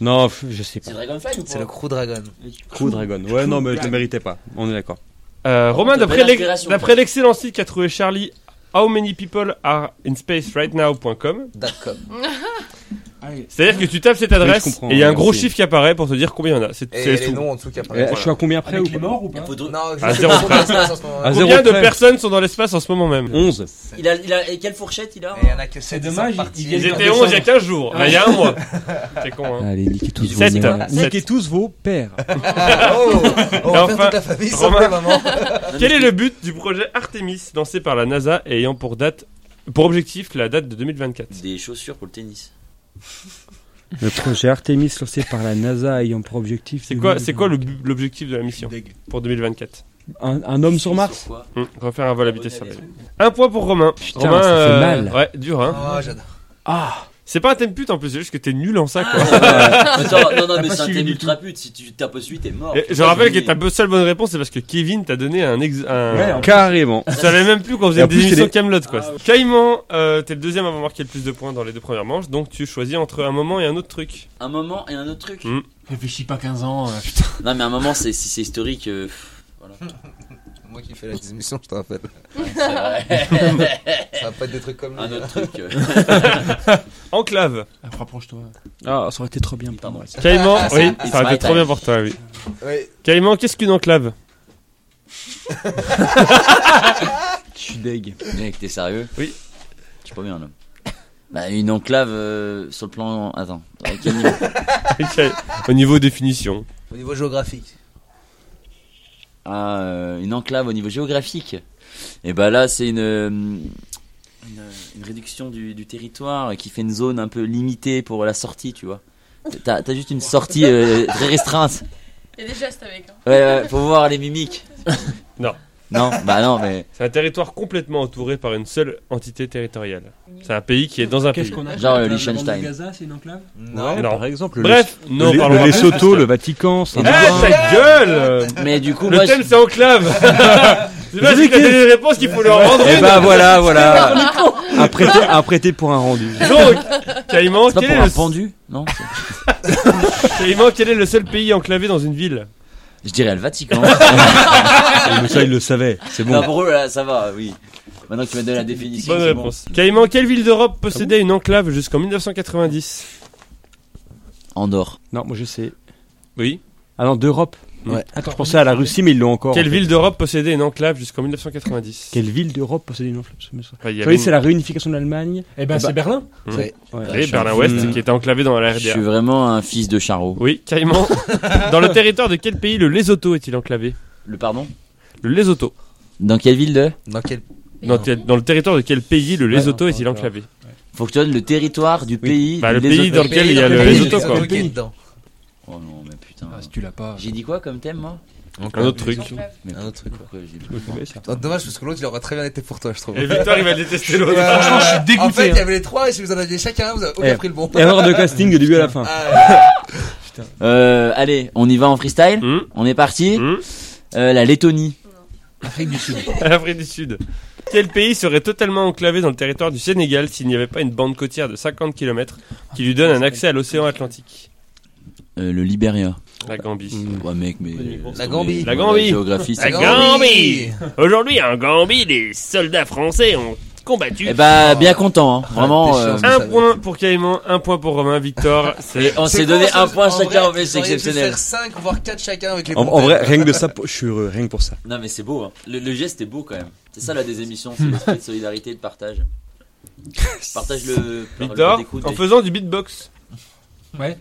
Speaker 4: Non, pff, je sais
Speaker 2: C'est
Speaker 4: pas.
Speaker 2: Dragonfly ou
Speaker 5: C'est
Speaker 2: pas
Speaker 5: le Crew Dragon.
Speaker 4: Crew Dragon. Ouais, non, mais je le méritais pas. On est d'accord.
Speaker 1: Euh, Romain,
Speaker 2: T'as
Speaker 1: d'après
Speaker 2: belle
Speaker 1: l'ex-
Speaker 2: inspiration.
Speaker 1: d'après l'excellent site qu'a trouvé Charlie, how many people are in space right now.com,
Speaker 5: D'accord.
Speaker 7: Allez.
Speaker 1: c'est-à-dire que tu tapes cette
Speaker 4: Oui, je
Speaker 1: adresse
Speaker 4: comprends,
Speaker 1: et il y a un gros
Speaker 4: merci.
Speaker 1: chiffre qui apparaît pour te dire combien il y en a. C'est
Speaker 5: Et
Speaker 1: c'est
Speaker 5: les
Speaker 1: tout.
Speaker 5: noms en dessous qui apparaissent.
Speaker 4: Eh, Je suis à combien après
Speaker 7: Avec
Speaker 4: ou
Speaker 7: les
Speaker 4: pas
Speaker 7: morts ou
Speaker 2: Il
Speaker 7: pas
Speaker 2: a pas de-
Speaker 5: Non,
Speaker 1: Ah,
Speaker 5: je sais
Speaker 1: zéro
Speaker 5: pas comment
Speaker 1: frère.
Speaker 5: ça se passe en ce moment.
Speaker 4: Ah, zéro.
Speaker 1: Combien de
Speaker 4: près.
Speaker 1: personnes sont dans l'espace en ce moment même
Speaker 4: 11.
Speaker 2: Il a, il a, et quelle fourchette il a
Speaker 5: Et il y en a que
Speaker 7: C'est
Speaker 5: sept qui
Speaker 7: dommage,
Speaker 5: sont partis.
Speaker 7: ils
Speaker 1: Ils
Speaker 7: viennent
Speaker 1: étaient 11 il y a 15 jours, Enfin, il y a un mois. C'est con, hein.
Speaker 4: Allez, niquez tous
Speaker 1: Sept.
Speaker 4: vos mères.
Speaker 1: Sept.
Speaker 4: Niquez tous vos pères.
Speaker 5: Oh, on va
Speaker 1: Enfin,
Speaker 5: faire toute la famille sans
Speaker 1: Romain.
Speaker 5: les mamans.
Speaker 1: Quel est le but du projet Artemis lancé par la NASA et ayant pour date pour objectif la date de 2024
Speaker 2: Des chaussures pour le tennis.
Speaker 4: Le projet Artemis lancé par la NASA ayant pour objectif.
Speaker 1: C'est quoi, c'est quoi le bu- l'objectif de la mission
Speaker 7: Deg.
Speaker 1: pour 2024
Speaker 4: un, un homme sur Mars
Speaker 2: quoi
Speaker 1: Hum, Refaire un vol à vitesse supérieure. Un point pour Romain. Romain,
Speaker 4: ça fait
Speaker 1: euh,
Speaker 4: mal.
Speaker 1: Ouais, dur, hein.
Speaker 5: Oh, j'adore.
Speaker 4: Ah
Speaker 1: C'est pas un thème pute en plus, c'est juste que t'es nul en ça, quoi.
Speaker 2: Attends, non, non, mais
Speaker 7: pas
Speaker 2: c'est un
Speaker 7: suivi
Speaker 2: thème
Speaker 7: du
Speaker 2: ultra pute. Si tu tapes dessus, t'es
Speaker 4: Ah,
Speaker 2: mort.
Speaker 1: Et je rappelle que ta be- seule bonne réponse, c'est parce que Kevin t'a donné un. Ex un...
Speaker 7: Ouais, en-
Speaker 4: Carrément.
Speaker 1: Je savais même plus qu'on
Speaker 4: Et
Speaker 1: faisait
Speaker 4: en
Speaker 1: des
Speaker 4: plus, c'est
Speaker 1: émissions
Speaker 4: des-
Speaker 1: Camelot, quoi. Caïman, euh, t'es le deuxième à avoir marqué le plus de points dans les deux premières manches, donc tu choisis entre un moment et un autre truc.
Speaker 2: Un moment et un autre truc.
Speaker 1: Mm.
Speaker 7: Réfléchis pas 15 ans. euh, putain.
Speaker 2: Non, mais un moment, c'est si c'est historique. euh,
Speaker 5: Moi qui fais la émission, je te rappelle.
Speaker 2: c'est vrai.
Speaker 5: Ça va pas être des trucs comme
Speaker 2: un
Speaker 5: lui.
Speaker 2: autre truc. euh,
Speaker 1: Enclave.
Speaker 7: Ah, Rapproche-toi.
Speaker 4: Ah, ça aurait été trop bien pour moi.
Speaker 1: Caïman, oui,
Speaker 2: It's
Speaker 1: ça aurait
Speaker 2: my
Speaker 1: été trop
Speaker 2: time.
Speaker 1: bien pour toi, oui.
Speaker 5: Ouais.
Speaker 1: Caïman, qu'est-ce qu'une enclave
Speaker 4: Je suis deg.
Speaker 2: Mec, t'es sérieux
Speaker 1: Oui.
Speaker 2: Je suis pas bien là. Bah, une enclave euh, sur le plan. Attends, à quel niveau
Speaker 1: Au niveau définition.
Speaker 5: Au niveau géographique.
Speaker 2: Ah, euh, une enclave au niveau géographique. Et bah là, c'est une, euh, une, euh, une réduction du, du territoire qui fait une zone un peu limitée pour la sortie, tu vois. T'as t'as juste une sortie euh, très restreinte.
Speaker 6: Il y a des gestes avec. hein.
Speaker 2: Ouais, ouais, faut voir les mimiques.
Speaker 1: Non.
Speaker 2: Non, bah non, mais
Speaker 1: C'est un territoire complètement entouré par une seule entité territoriale. C'est un pays qui est dans un pays.
Speaker 7: Qu'est-ce qu'on a
Speaker 2: Genre,
Speaker 7: La- la- la
Speaker 2: Liechtenstein.
Speaker 7: bande de Gaza, c'est une enclave
Speaker 5: Non.
Speaker 1: Non.
Speaker 4: Par exemple,
Speaker 1: Bref,
Speaker 4: le,
Speaker 1: non,
Speaker 4: le-
Speaker 1: parlons
Speaker 4: le
Speaker 1: pas.
Speaker 4: Lesotho, le Ah. Vatican, c'est
Speaker 1: Eh, ta gueule
Speaker 2: mais du coup,
Speaker 1: Le
Speaker 2: moi,
Speaker 1: thème,
Speaker 2: je-
Speaker 1: c'est enclave C'est parce
Speaker 4: Je dis
Speaker 1: qu'il a
Speaker 4: que-
Speaker 1: donné des réponses qu'il faut leur rendre
Speaker 4: Et
Speaker 1: une.
Speaker 4: bah voilà, voilà. Un prêté, un prêté pour un rendu.
Speaker 1: Donc, Caïman,
Speaker 2: c'est pas
Speaker 1: quel
Speaker 2: pour
Speaker 1: est
Speaker 2: un
Speaker 1: le-
Speaker 2: pendu, non
Speaker 1: Caïman, quel est le seul pays enclavé dans une ville
Speaker 2: Je dirais le Vatican.
Speaker 4: Mais ça, il le savait. C'est bon.
Speaker 1: Bah,
Speaker 2: Non, pour eux, là, ça va, oui. Maintenant que tu m'as donné la définition,
Speaker 1: Bonne
Speaker 2: c'est bon. Ah
Speaker 1: réponse. Caïman, quelle ville d'Europe possédait une enclave jusqu'en 1990
Speaker 2: Andorre.
Speaker 4: Non, moi je sais.
Speaker 1: Oui.
Speaker 4: Ah non, d'Europe.
Speaker 5: Ouais.
Speaker 4: Attends, je pensais à la Russie, mais ils l'ont encore.
Speaker 1: Quelle
Speaker 4: en fait.
Speaker 1: ville d'Europe possédait une enclave jusqu'en 1990
Speaker 4: Quelle ville d'Europe possède une enclave ce message
Speaker 1: Enfin, il y avait
Speaker 4: Vous savez,
Speaker 1: une-
Speaker 4: c'est la réunification de l'Allemagne.
Speaker 7: Eh ben, c'est Berlin.
Speaker 4: Ouais.
Speaker 1: Oui,
Speaker 2: Hmm.
Speaker 1: Berlin-Ouest qui était enclavé dans la
Speaker 2: Je suis
Speaker 1: RDA.
Speaker 2: vraiment un fils de charreau.
Speaker 1: Oui, Caïman. dans le territoire de quel pays le Lesotho est-il enclavé
Speaker 2: Le pardon
Speaker 1: Le Lesotho.
Speaker 2: Dans quelle ville de
Speaker 5: Dans quel
Speaker 1: Dans, te- dans le territoire de quel pays le Lesotho est-il
Speaker 4: encore.
Speaker 1: enclavé
Speaker 2: Faut que tu donnes le territoire du pays.
Speaker 1: Bah, le
Speaker 2: les
Speaker 1: pays
Speaker 2: autres-
Speaker 1: dans lequel il y a le- les autos, quoi.
Speaker 5: qui est dedans.
Speaker 2: Oh non, mais putain.
Speaker 7: Ah, si tu l'as pas.
Speaker 2: J'ai dit quoi comme thème, moi
Speaker 1: Un autre truc.
Speaker 2: Mais
Speaker 5: Un autre truc.
Speaker 2: pourquoi j'ai dit
Speaker 5: Oh, Dommage parce que l'autre il aurait très bien été pour toi, je trouve.
Speaker 1: Et Victor, il va détester l'autre.
Speaker 5: Franchement, je suis
Speaker 7: dégoûté,
Speaker 5: En fait, il
Speaker 7: hein.
Speaker 5: y avait les trois et si vous en aviez chacun, vous avez aucun
Speaker 4: Eh.
Speaker 5: pris le bon.
Speaker 4: Erreur de casting du début à la fin.
Speaker 5: Ah,
Speaker 2: Euh, allez, on y va en freestyle.
Speaker 1: Hmm,
Speaker 2: On est parti.
Speaker 1: hmm.
Speaker 2: Euh, la Lettonie.
Speaker 1: Afrique du Sud. Quel pays serait totalement enclavé dans le territoire du Sénégal s'il n'y avait pas une bande côtière de 50 km qui lui donne un accès à l'océan Atlantique
Speaker 2: Euh, le Libéria.
Speaker 1: La Gambie.
Speaker 2: Ouais, mec, mais. euh,
Speaker 5: La Gambie.
Speaker 1: Mm. La Gambie.
Speaker 2: La géographie,
Speaker 1: La
Speaker 2: c'est.
Speaker 5: La
Speaker 1: Gambie Aujourd'hui, en Gambie, les soldats français ont combattu.
Speaker 2: Eh bah, bien content, hein. Vraiment.
Speaker 5: Ah, t'es
Speaker 2: euh,
Speaker 5: chiant.
Speaker 1: Un point pour Caïman, un point pour Romain, Victor. C'est
Speaker 2: on
Speaker 5: C'est
Speaker 2: s'est
Speaker 5: con,
Speaker 2: donné
Speaker 5: ça,
Speaker 2: un point
Speaker 5: parce que, en
Speaker 2: chacun,
Speaker 5: vrai,
Speaker 2: mais c'est
Speaker 5: vous auriez pu
Speaker 2: exceptionnel.
Speaker 5: faire 5 voire 4 chacun avec les
Speaker 4: En,
Speaker 5: bons
Speaker 4: en vrai,
Speaker 5: thèmes.
Speaker 4: rien que de ça, je suis heureux, rien que pour ça.
Speaker 2: Non, mais c'est beau, hein. Le, le geste est beau quand même. C'est ça la des émissions, c'est l'esprit de solidarité et de partage. Partage le. par le
Speaker 1: Victor,
Speaker 2: découte
Speaker 1: en
Speaker 2: des-
Speaker 1: faisant du beatbox.
Speaker 7: Ouais.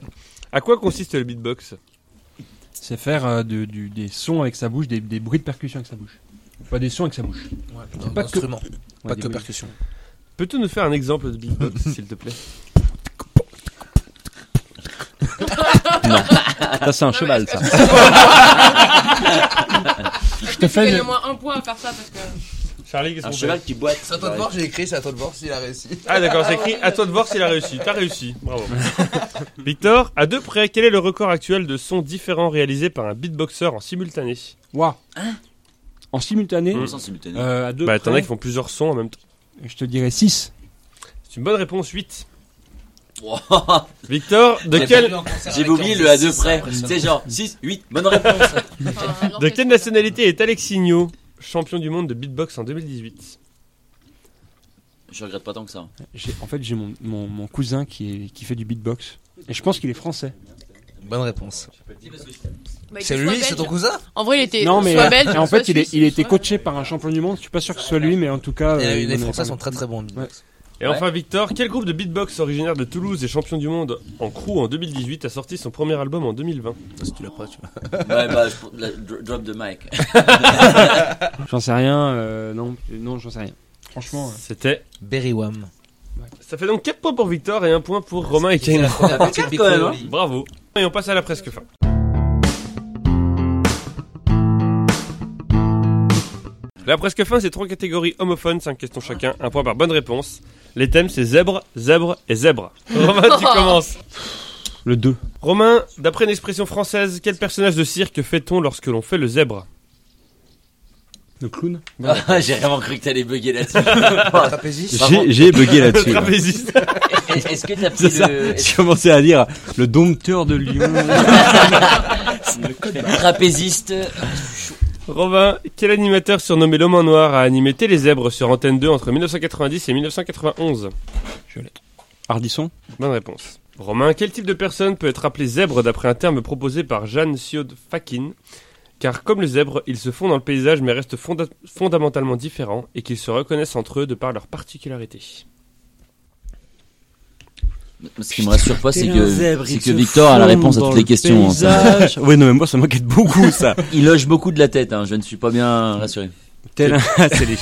Speaker 1: À quoi consiste le beatbox
Speaker 7: C'est faire euh, de- du- des sons avec sa bouche, des, des bruits de percussion avec sa bouche. Pas des sons avec sa bouche.
Speaker 5: Ouais,
Speaker 7: C'est
Speaker 5: non,
Speaker 7: pas que-
Speaker 5: instrument,
Speaker 7: Ouais,
Speaker 5: pas
Speaker 7: des
Speaker 5: que
Speaker 7: bruits.
Speaker 5: percussion.
Speaker 1: Peux-tu nous faire un exemple de beatbox, s'il te plaît
Speaker 2: Ah,
Speaker 4: Ça, c'est un cheval, ça.
Speaker 6: Je
Speaker 7: te fais
Speaker 6: Tu gagnes
Speaker 7: le-
Speaker 6: au moins un point à faire ça parce que.
Speaker 1: Charlie, qu'est-ce
Speaker 2: Un
Speaker 1: qu'on
Speaker 2: cheval
Speaker 1: fait
Speaker 2: qui boite.
Speaker 5: C'est à toi de voir, j'ai écrit, c'est à toi de voir s'il a réussi.
Speaker 1: Ah d'accord, c'est écrit à toi de voir s'il a réussi. T'as réussi, bravo. Victor, à deux près, quel est le record actuel de sons différents réalisés par un beatboxer en simultané
Speaker 7: Waouh. En simultané,
Speaker 1: Mm.
Speaker 2: On s'en simultané.
Speaker 7: euh, à deux
Speaker 1: Bah t'en as
Speaker 7: près,
Speaker 1: qui font plusieurs sons en même temps.
Speaker 7: je te dirais 6.
Speaker 1: C'est une bonne réponse, 8.
Speaker 2: Wow.
Speaker 1: Victor, de
Speaker 2: Eh
Speaker 1: quel,
Speaker 2: J'ai oublié le à deux près. C'est genre 6, 8, bonne réponse.
Speaker 6: enfin,
Speaker 1: de
Speaker 6: l'orchestre,
Speaker 1: quelle nationalité est Alexinho, champion du monde de beatbox en 2018
Speaker 2: Je regrette pas tant que ça. hein.
Speaker 7: J'ai- En fait, j'ai mon, mon- mon cousin qui, est- qui fait du beatbox. Et je pense qu'il est français.
Speaker 5: Bonne réponse.
Speaker 6: bah, il
Speaker 5: C'est
Speaker 6: était
Speaker 5: lui,
Speaker 6: soit
Speaker 5: c'est ton
Speaker 6: belge.
Speaker 5: cousin
Speaker 6: En vrai, il était
Speaker 7: non, mais
Speaker 6: soit belge.
Speaker 7: et en
Speaker 6: soit
Speaker 7: fait, il, est,
Speaker 6: suisse,
Speaker 7: il était
Speaker 6: soit-
Speaker 7: coach par un champion du monde. Je suis pas sûr que ce soit lui, mais en tout cas. euh,
Speaker 5: Et
Speaker 7: il
Speaker 5: Les
Speaker 7: en avait
Speaker 5: Français
Speaker 7: parlé.
Speaker 5: sont très très bons. en beatbox.
Speaker 1: Et enfin Victor, quel groupe de beatbox originaire de Toulouse et champion du monde en crew en 2018 a sorti son premier album en 2020
Speaker 5: Si tu l'as pas, tu vois.
Speaker 2: Ouais, bah, je- la- dro- drop de mic.
Speaker 7: J'en sais rien. euh, non, euh, non j'en sais rien. Franchement. euh.
Speaker 1: C'était...
Speaker 5: Berry Wham.
Speaker 1: Ça fait donc 4 points pour Victor et 1 point pour Romain et Kane.
Speaker 2: quand même, hein.
Speaker 1: Bravo. Et on passe à la presque fin. La presque fin, c'est trois catégories homophones, 5 questions chacun, un point par bonne réponse. Les thèmes, c'est zèbre, zèbre et zèbre. Romain, tu commences.
Speaker 7: Le 2.
Speaker 1: Romain, d'après une expression française, quel personnage de cirque fait-on lorsque l'on fait le zèbre
Speaker 4: Le clown
Speaker 2: Ah, J'ai vraiment cru que t'allais bugger là-dessus. Ah.
Speaker 5: Trapéziste.
Speaker 4: J'ai j'ai bugué
Speaker 1: Le
Speaker 4: là-dessus. là.
Speaker 1: trapéziste.
Speaker 2: Est-ce que t'as pris
Speaker 4: C'est ça.
Speaker 2: le.
Speaker 4: J'ai commencé à dire le dompteur de Lyon.
Speaker 2: Trapéziste.
Speaker 1: Romain, quel animateur surnommé l'homme en noir a animé Télézèbre sur Antenne 2 entre 1990 et 1991
Speaker 4: Hardisson
Speaker 1: Bonne réponse. Romain, quel type de personne peut être appelé zèbre d'après un terme proposé par Jeanne Siod Fakin Car comme le zèbre, ils se font dans le paysage mais restent fonda- fondamentalement différents et qu'ils se reconnaissent entre eux de par leurs particularités.
Speaker 2: Ce qui me rassure pas, c'est que, c'est que Victor
Speaker 4: Oh,
Speaker 2: a la réponse à toutes les questions. hein, ça.
Speaker 4: Oui, non, mais moi, ça m'inquiète beaucoup, ça.
Speaker 2: Il loge beaucoup de la tête, hein. je ne suis pas bien rassuré.
Speaker 4: Tel un, c'est les-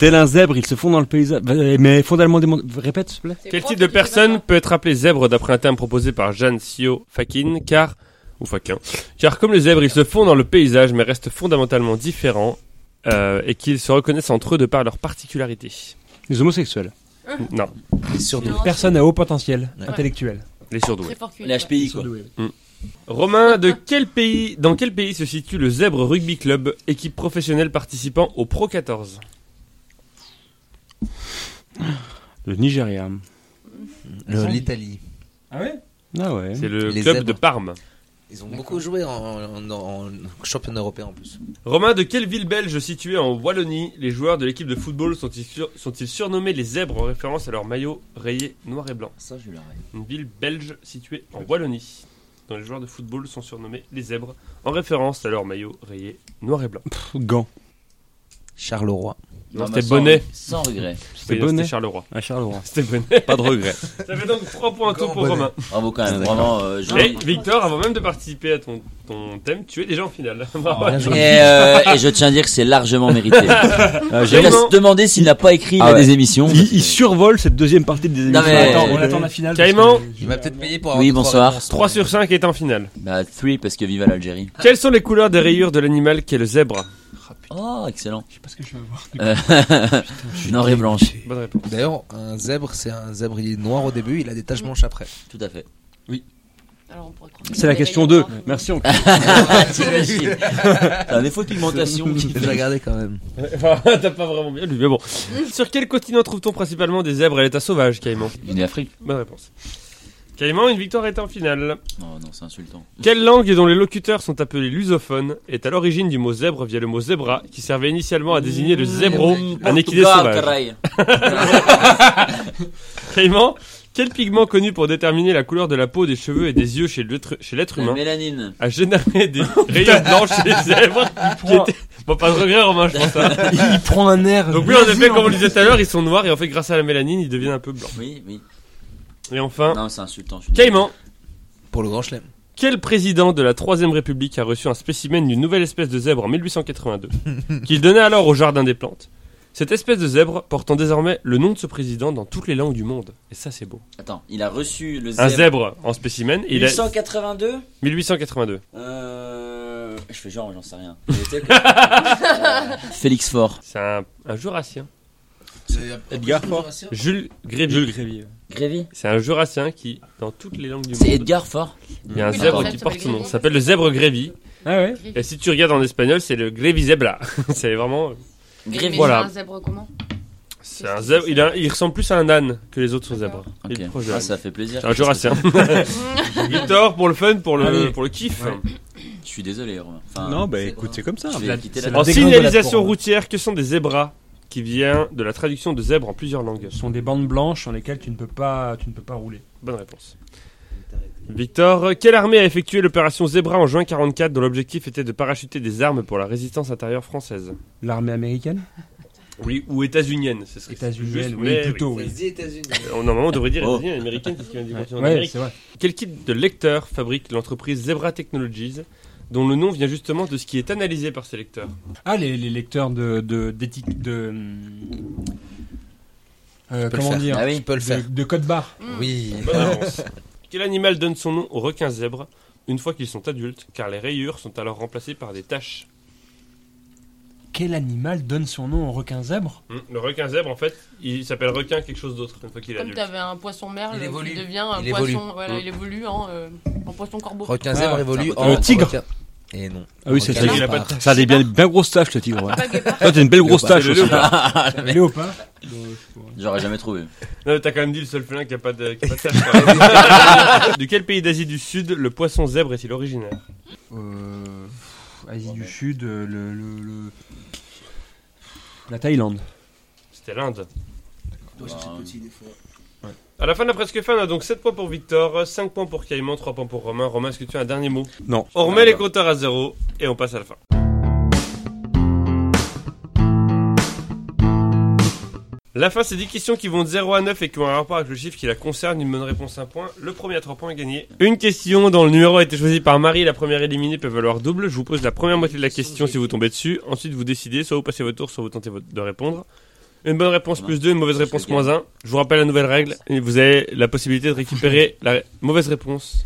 Speaker 4: Tel un zèbre, ils se font dans le paysage. Bah, eh, Mais fondamentalement, démon- répète, s'il te plaît.
Speaker 6: C'est
Speaker 1: Quel
Speaker 6: quoi,
Speaker 1: type
Speaker 6: toi,
Speaker 1: de
Speaker 6: qui fais
Speaker 1: personne
Speaker 6: pas
Speaker 1: peut être appelé zèbre d'après un terme proposé par Jeanne Sio Fakin Car ou Fakin Car comme le zèbre, ils se font dans le paysage mais restent fondamentalement différents euh, et qu'ils se reconnaissent entre eux de par leurs particularités.
Speaker 4: Les homosexuels.
Speaker 1: Non,
Speaker 5: Surdoué.
Speaker 6: Non,
Speaker 7: Personne à haut potentiel
Speaker 5: Ouais.
Speaker 7: intellectuel.
Speaker 1: les
Speaker 6: c'est
Speaker 1: surdoués.
Speaker 6: Très fort cuit.
Speaker 2: Les HPI, quoi.
Speaker 1: Romain, de quel pays, dans quel pays se situe le Zèbre Rugby Club, équipe professionnelle participant au Pro 14
Speaker 4: Le Nigeria.
Speaker 5: Le- L'Italie.
Speaker 7: Ah ouais
Speaker 4: Ah ouais.
Speaker 1: C'est le
Speaker 5: Les
Speaker 1: club
Speaker 5: Zèbres.
Speaker 1: de Parme.
Speaker 5: Ils ont beaucoup joué en, en- en- en championnat européen en plus.
Speaker 1: Romain, de quelle ville belge située en Wallonie les joueurs de l'équipe de football sont-ils sur- sont-ils surnommés les Zèbres en référence à leur maillot rayé noir et blanc
Speaker 2: Ça, je
Speaker 1: Une ville belge située en Wallonie dont les joueurs de football sont surnommés les Zèbres en référence à leur maillot rayé noir et blanc.
Speaker 4: Gand.
Speaker 5: Charleroi.
Speaker 1: Non,
Speaker 2: Non, mais
Speaker 1: c'était
Speaker 2: sans-
Speaker 1: Bonnet.
Speaker 2: sans regret.
Speaker 1: C'était
Speaker 4: C'était Bonnet.
Speaker 1: C'était Charleroi.
Speaker 4: À Charleroi.
Speaker 1: C'était Bonnet.
Speaker 4: Pas de regret.
Speaker 1: Ça fait donc 3 points tout
Speaker 5: Grand
Speaker 1: pour
Speaker 5: Bonnet.
Speaker 1: Romain.
Speaker 2: Bravo quand même,
Speaker 4: D'accord.
Speaker 2: vraiment. euh, je-
Speaker 1: Et Victor, avant même de participer à ton, ton thème, tu es déjà en finale.
Speaker 2: Et, euh, et je tiens à dire que c'est largement mérité.
Speaker 4: Euh,
Speaker 2: Je
Speaker 4: j'ai-
Speaker 1: Vraiment.
Speaker 2: vais se demander s'il n'a pas écrit
Speaker 4: Ah
Speaker 2: là,
Speaker 4: ouais.
Speaker 2: des émissions.
Speaker 4: il, il survole cette deuxième partie des émissions.
Speaker 2: Non, mais-
Speaker 4: Attends,
Speaker 5: euh,
Speaker 2: on
Speaker 4: attend la
Speaker 3: finale.
Speaker 1: Caïman.
Speaker 5: Il m'a peut-être payé pour avoir
Speaker 2: Oui,
Speaker 5: deux, trois
Speaker 2: bonsoir.
Speaker 5: réponses.
Speaker 1: 3 sur 5 est en finale.
Speaker 2: Bah, three parce que vive à l'Algérie.
Speaker 1: Quelles sont les couleurs des rayures de l'animal qu'est le zèbre
Speaker 2: Oh, excellent.
Speaker 7: Je sais pas ce que je vais avoir.
Speaker 2: Noir et blanche.
Speaker 1: Bonne réponse.
Speaker 5: D'ailleurs, un zèbre, c'est un zèbre, il est noir au début, il a des taches blanches après.
Speaker 2: Tout à fait.
Speaker 8: Alors, on pourrait croire
Speaker 4: C'est la
Speaker 8: qu'il y a
Speaker 4: question
Speaker 8: des
Speaker 4: 2.
Speaker 8: rayons noirs.
Speaker 4: Merci. on-
Speaker 2: T'imagines. T'as un défaut de pigmentation. qui
Speaker 5: Je
Speaker 2: fait-
Speaker 5: vais regarder quand même.
Speaker 1: Enfin, T'as pas vraiment bien lu, mais bon. Sur quel continent trouve-t-on principalement des zèbres à l'état sauvage, Caïman
Speaker 2: Une Afrique.
Speaker 1: Bonne réponse. Caïman, une victoire est en finale.
Speaker 2: Non, non, c'est insultant.
Speaker 1: Quelle langue dont les locuteurs sont appelés lusophones est à l'origine du mot zèbre via le mot zébra qui servait initialement à désigner le zébro, un équidé
Speaker 2: Portugal,
Speaker 1: sauvage
Speaker 2: caray.
Speaker 1: Caïman, quel pigment connu pour déterminer la couleur de la peau, des cheveux et des yeux chez l'être chez l'être
Speaker 2: La
Speaker 1: humain
Speaker 2: mélanine.
Speaker 1: a généré des rayures blanches chez les zèbres qui étaient... Bon, pas de regret, Romain, je pense. hein.
Speaker 3: Il prend un air.
Speaker 1: Donc oui, Bah, en effet, comme on le disait tout à l'heure, ils sont noirs et en fait, grâce à la mélanine, ils deviennent un peu blancs.
Speaker 2: Oui, oui.
Speaker 1: Et enfin,
Speaker 2: Non, c'est insultant. je suis désolé.
Speaker 1: Caïman,
Speaker 5: Pour le grand chelem.
Speaker 1: quel président de la Troisième République a reçu un spécimen d'une nouvelle espèce de zèbre en 1882 qu'il donnait alors au Jardin des Plantes Cette espèce de zèbre portant désormais le nom de ce président dans toutes les langues du monde. Et ça, c'est beau.
Speaker 2: Attends, il a reçu le
Speaker 1: Un
Speaker 2: zèbre.
Speaker 1: zèbre en spécimen, il est
Speaker 2: 882
Speaker 1: 1882.
Speaker 2: Euh. Je fais genre, j'en sais rien. Mais tu sais que- Euh, Félix Faure.
Speaker 1: C'est un, un jurassien.
Speaker 4: Edgar
Speaker 1: Jules Grévy.
Speaker 2: Grévy
Speaker 1: C'est un jurassien qui, dans toutes les langues du
Speaker 2: C'est
Speaker 1: monde,
Speaker 2: Edgar Faure
Speaker 1: il y a un
Speaker 8: Oui,
Speaker 1: zèbre
Speaker 8: d'accord.
Speaker 1: qui porte son nom. Ça s'appelle le zèbre Grévy.
Speaker 4: Ah ouais
Speaker 1: Et si tu regardes en espagnol, c'est le Grévy zebra. c'est vraiment.
Speaker 8: Mais
Speaker 2: Grévy.
Speaker 8: c'est
Speaker 1: Voilà.
Speaker 8: un zèbre comment
Speaker 1: C'est un zèbre. Il, a- il ressemble plus à un âne que les autres zèbres.
Speaker 2: Ok.
Speaker 1: Il est proche de
Speaker 2: Ah,
Speaker 1: l'âne.
Speaker 2: ça fait plaisir.
Speaker 1: C'est un jurassien. Victor, pour le fun, pour
Speaker 2: Ah
Speaker 1: le,
Speaker 7: Allez.
Speaker 1: pour le kiff.
Speaker 2: Je suis désolé, Romain. Enfin,
Speaker 4: Non, bah
Speaker 8: c'est-
Speaker 4: écoute, c'est comme ça.
Speaker 2: je vais quitter la-
Speaker 7: c'est
Speaker 1: En
Speaker 7: la
Speaker 1: signalisation
Speaker 7: pour moi.
Speaker 1: routière, que sont des zébras Qui vient de la traduction de zèbre en plusieurs langues.
Speaker 7: Ce sont des bandes blanches sur lesquelles tu ne peux pas, tu ne peux pas rouler.
Speaker 1: Bonne réponse. Victor, quelle armée a effectué l'opération Zebra en juin 44 dont l'objectif était de parachuter des armes pour la résistance intérieure française
Speaker 7: L'armée américaine
Speaker 1: Oui, ou états-unienne, c'est ce que
Speaker 7: États-Unienne,
Speaker 1: juste,
Speaker 7: oui,
Speaker 1: mais
Speaker 7: plutôt,
Speaker 5: Ça se
Speaker 7: oui.
Speaker 5: dit États-Unis.
Speaker 1: oui. Euh, Normalement, on devrait dire
Speaker 2: Oh.
Speaker 1: états-unienne, américaine, parce qu'il vient du continent
Speaker 7: Ouais,
Speaker 1: d'Amérique.
Speaker 7: c'est vrai.
Speaker 1: Quel kit de lecteur fabrique l'entreprise Zebra Technologies dont le nom vient justement de ce qui est analysé par ces lecteurs.
Speaker 7: Ah, les, les lecteurs de. de, d'éthique- de, hum, euh,
Speaker 5: peux le
Speaker 7: comment
Speaker 5: faire.
Speaker 7: dire
Speaker 2: Ah
Speaker 5: Tu
Speaker 2: oui.
Speaker 5: peux le
Speaker 7: de,
Speaker 5: faire.
Speaker 7: de code barre.
Speaker 5: Oui.
Speaker 1: Bonne réponse. Quel animal donne son nom aux requins zèbres une fois qu'ils sont adultes, car les rayures sont alors remplacées par des taches
Speaker 7: Quel animal donne son nom au requin zèbre
Speaker 1: Hmm, Le requin zèbre, en fait, il s'appelle requin quelque chose d'autre une fois qu'il est
Speaker 8: Comme
Speaker 1: adulte.
Speaker 8: t'avais un poisson merle
Speaker 5: Il évolue.
Speaker 8: qui devient un
Speaker 5: Il évolue.
Speaker 8: poisson. Voilà,
Speaker 1: Mm.
Speaker 8: il évolue en, euh, en poisson corbeau.
Speaker 5: Requin zèbre
Speaker 7: Ah,
Speaker 5: évolue
Speaker 2: c'est un
Speaker 5: en.
Speaker 4: requin. Tigre.
Speaker 5: requin. Et non.
Speaker 4: Ah oui, c'est ça.
Speaker 5: Requin
Speaker 1: Il a
Speaker 5: léopard.
Speaker 1: pas de
Speaker 4: Ça a des bien, bien grosses taches, le tigre. ouais. Toi, t'as une belle grosse
Speaker 5: Léopard.
Speaker 4: tache aussi. hein. Ah,
Speaker 7: Léopard
Speaker 2: J'aurais jamais trouvé.
Speaker 1: Non, mais t'as quand même dit le seul félin qui a pas de, qui a pas de tache, quand même. de quel pays d'Asie du Sud le poisson zèbre est-il originaire
Speaker 7: euh, pff, Asie du Sud, euh, le, le- le-
Speaker 4: La Thaïlande.
Speaker 1: C'était l'Inde.
Speaker 2: Bah,
Speaker 1: À la fin de la presque fin, on a donc 7 points pour Victor, 5 points pour Caïman, 3 points pour Romain. Romain, est-ce que tu as un dernier mot
Speaker 4: Non.
Speaker 1: On remet les compteurs à zéro et on passe à la fin. La fin, c'est 10 questions qui vont de 0 à 9 et qui ont un rapport avec le chiffre qui la concerne. Une bonne réponse, un point. Le premier à 3 points est gagné. Une question dont le numéro a été choisi par Marie, la première éliminée peut valoir double. Je vous pose la première moitié de la question si vous tombez dessus. Ensuite, vous décidez, soit vous passez votre tour, soit vous tentez votre- de répondre. Une bonne réponse plus 2, une mauvaise réponse moins 1. Je vous rappelle la nouvelle règle. Et Vous avez la possibilité de récupérer la ré- mauvaise réponse.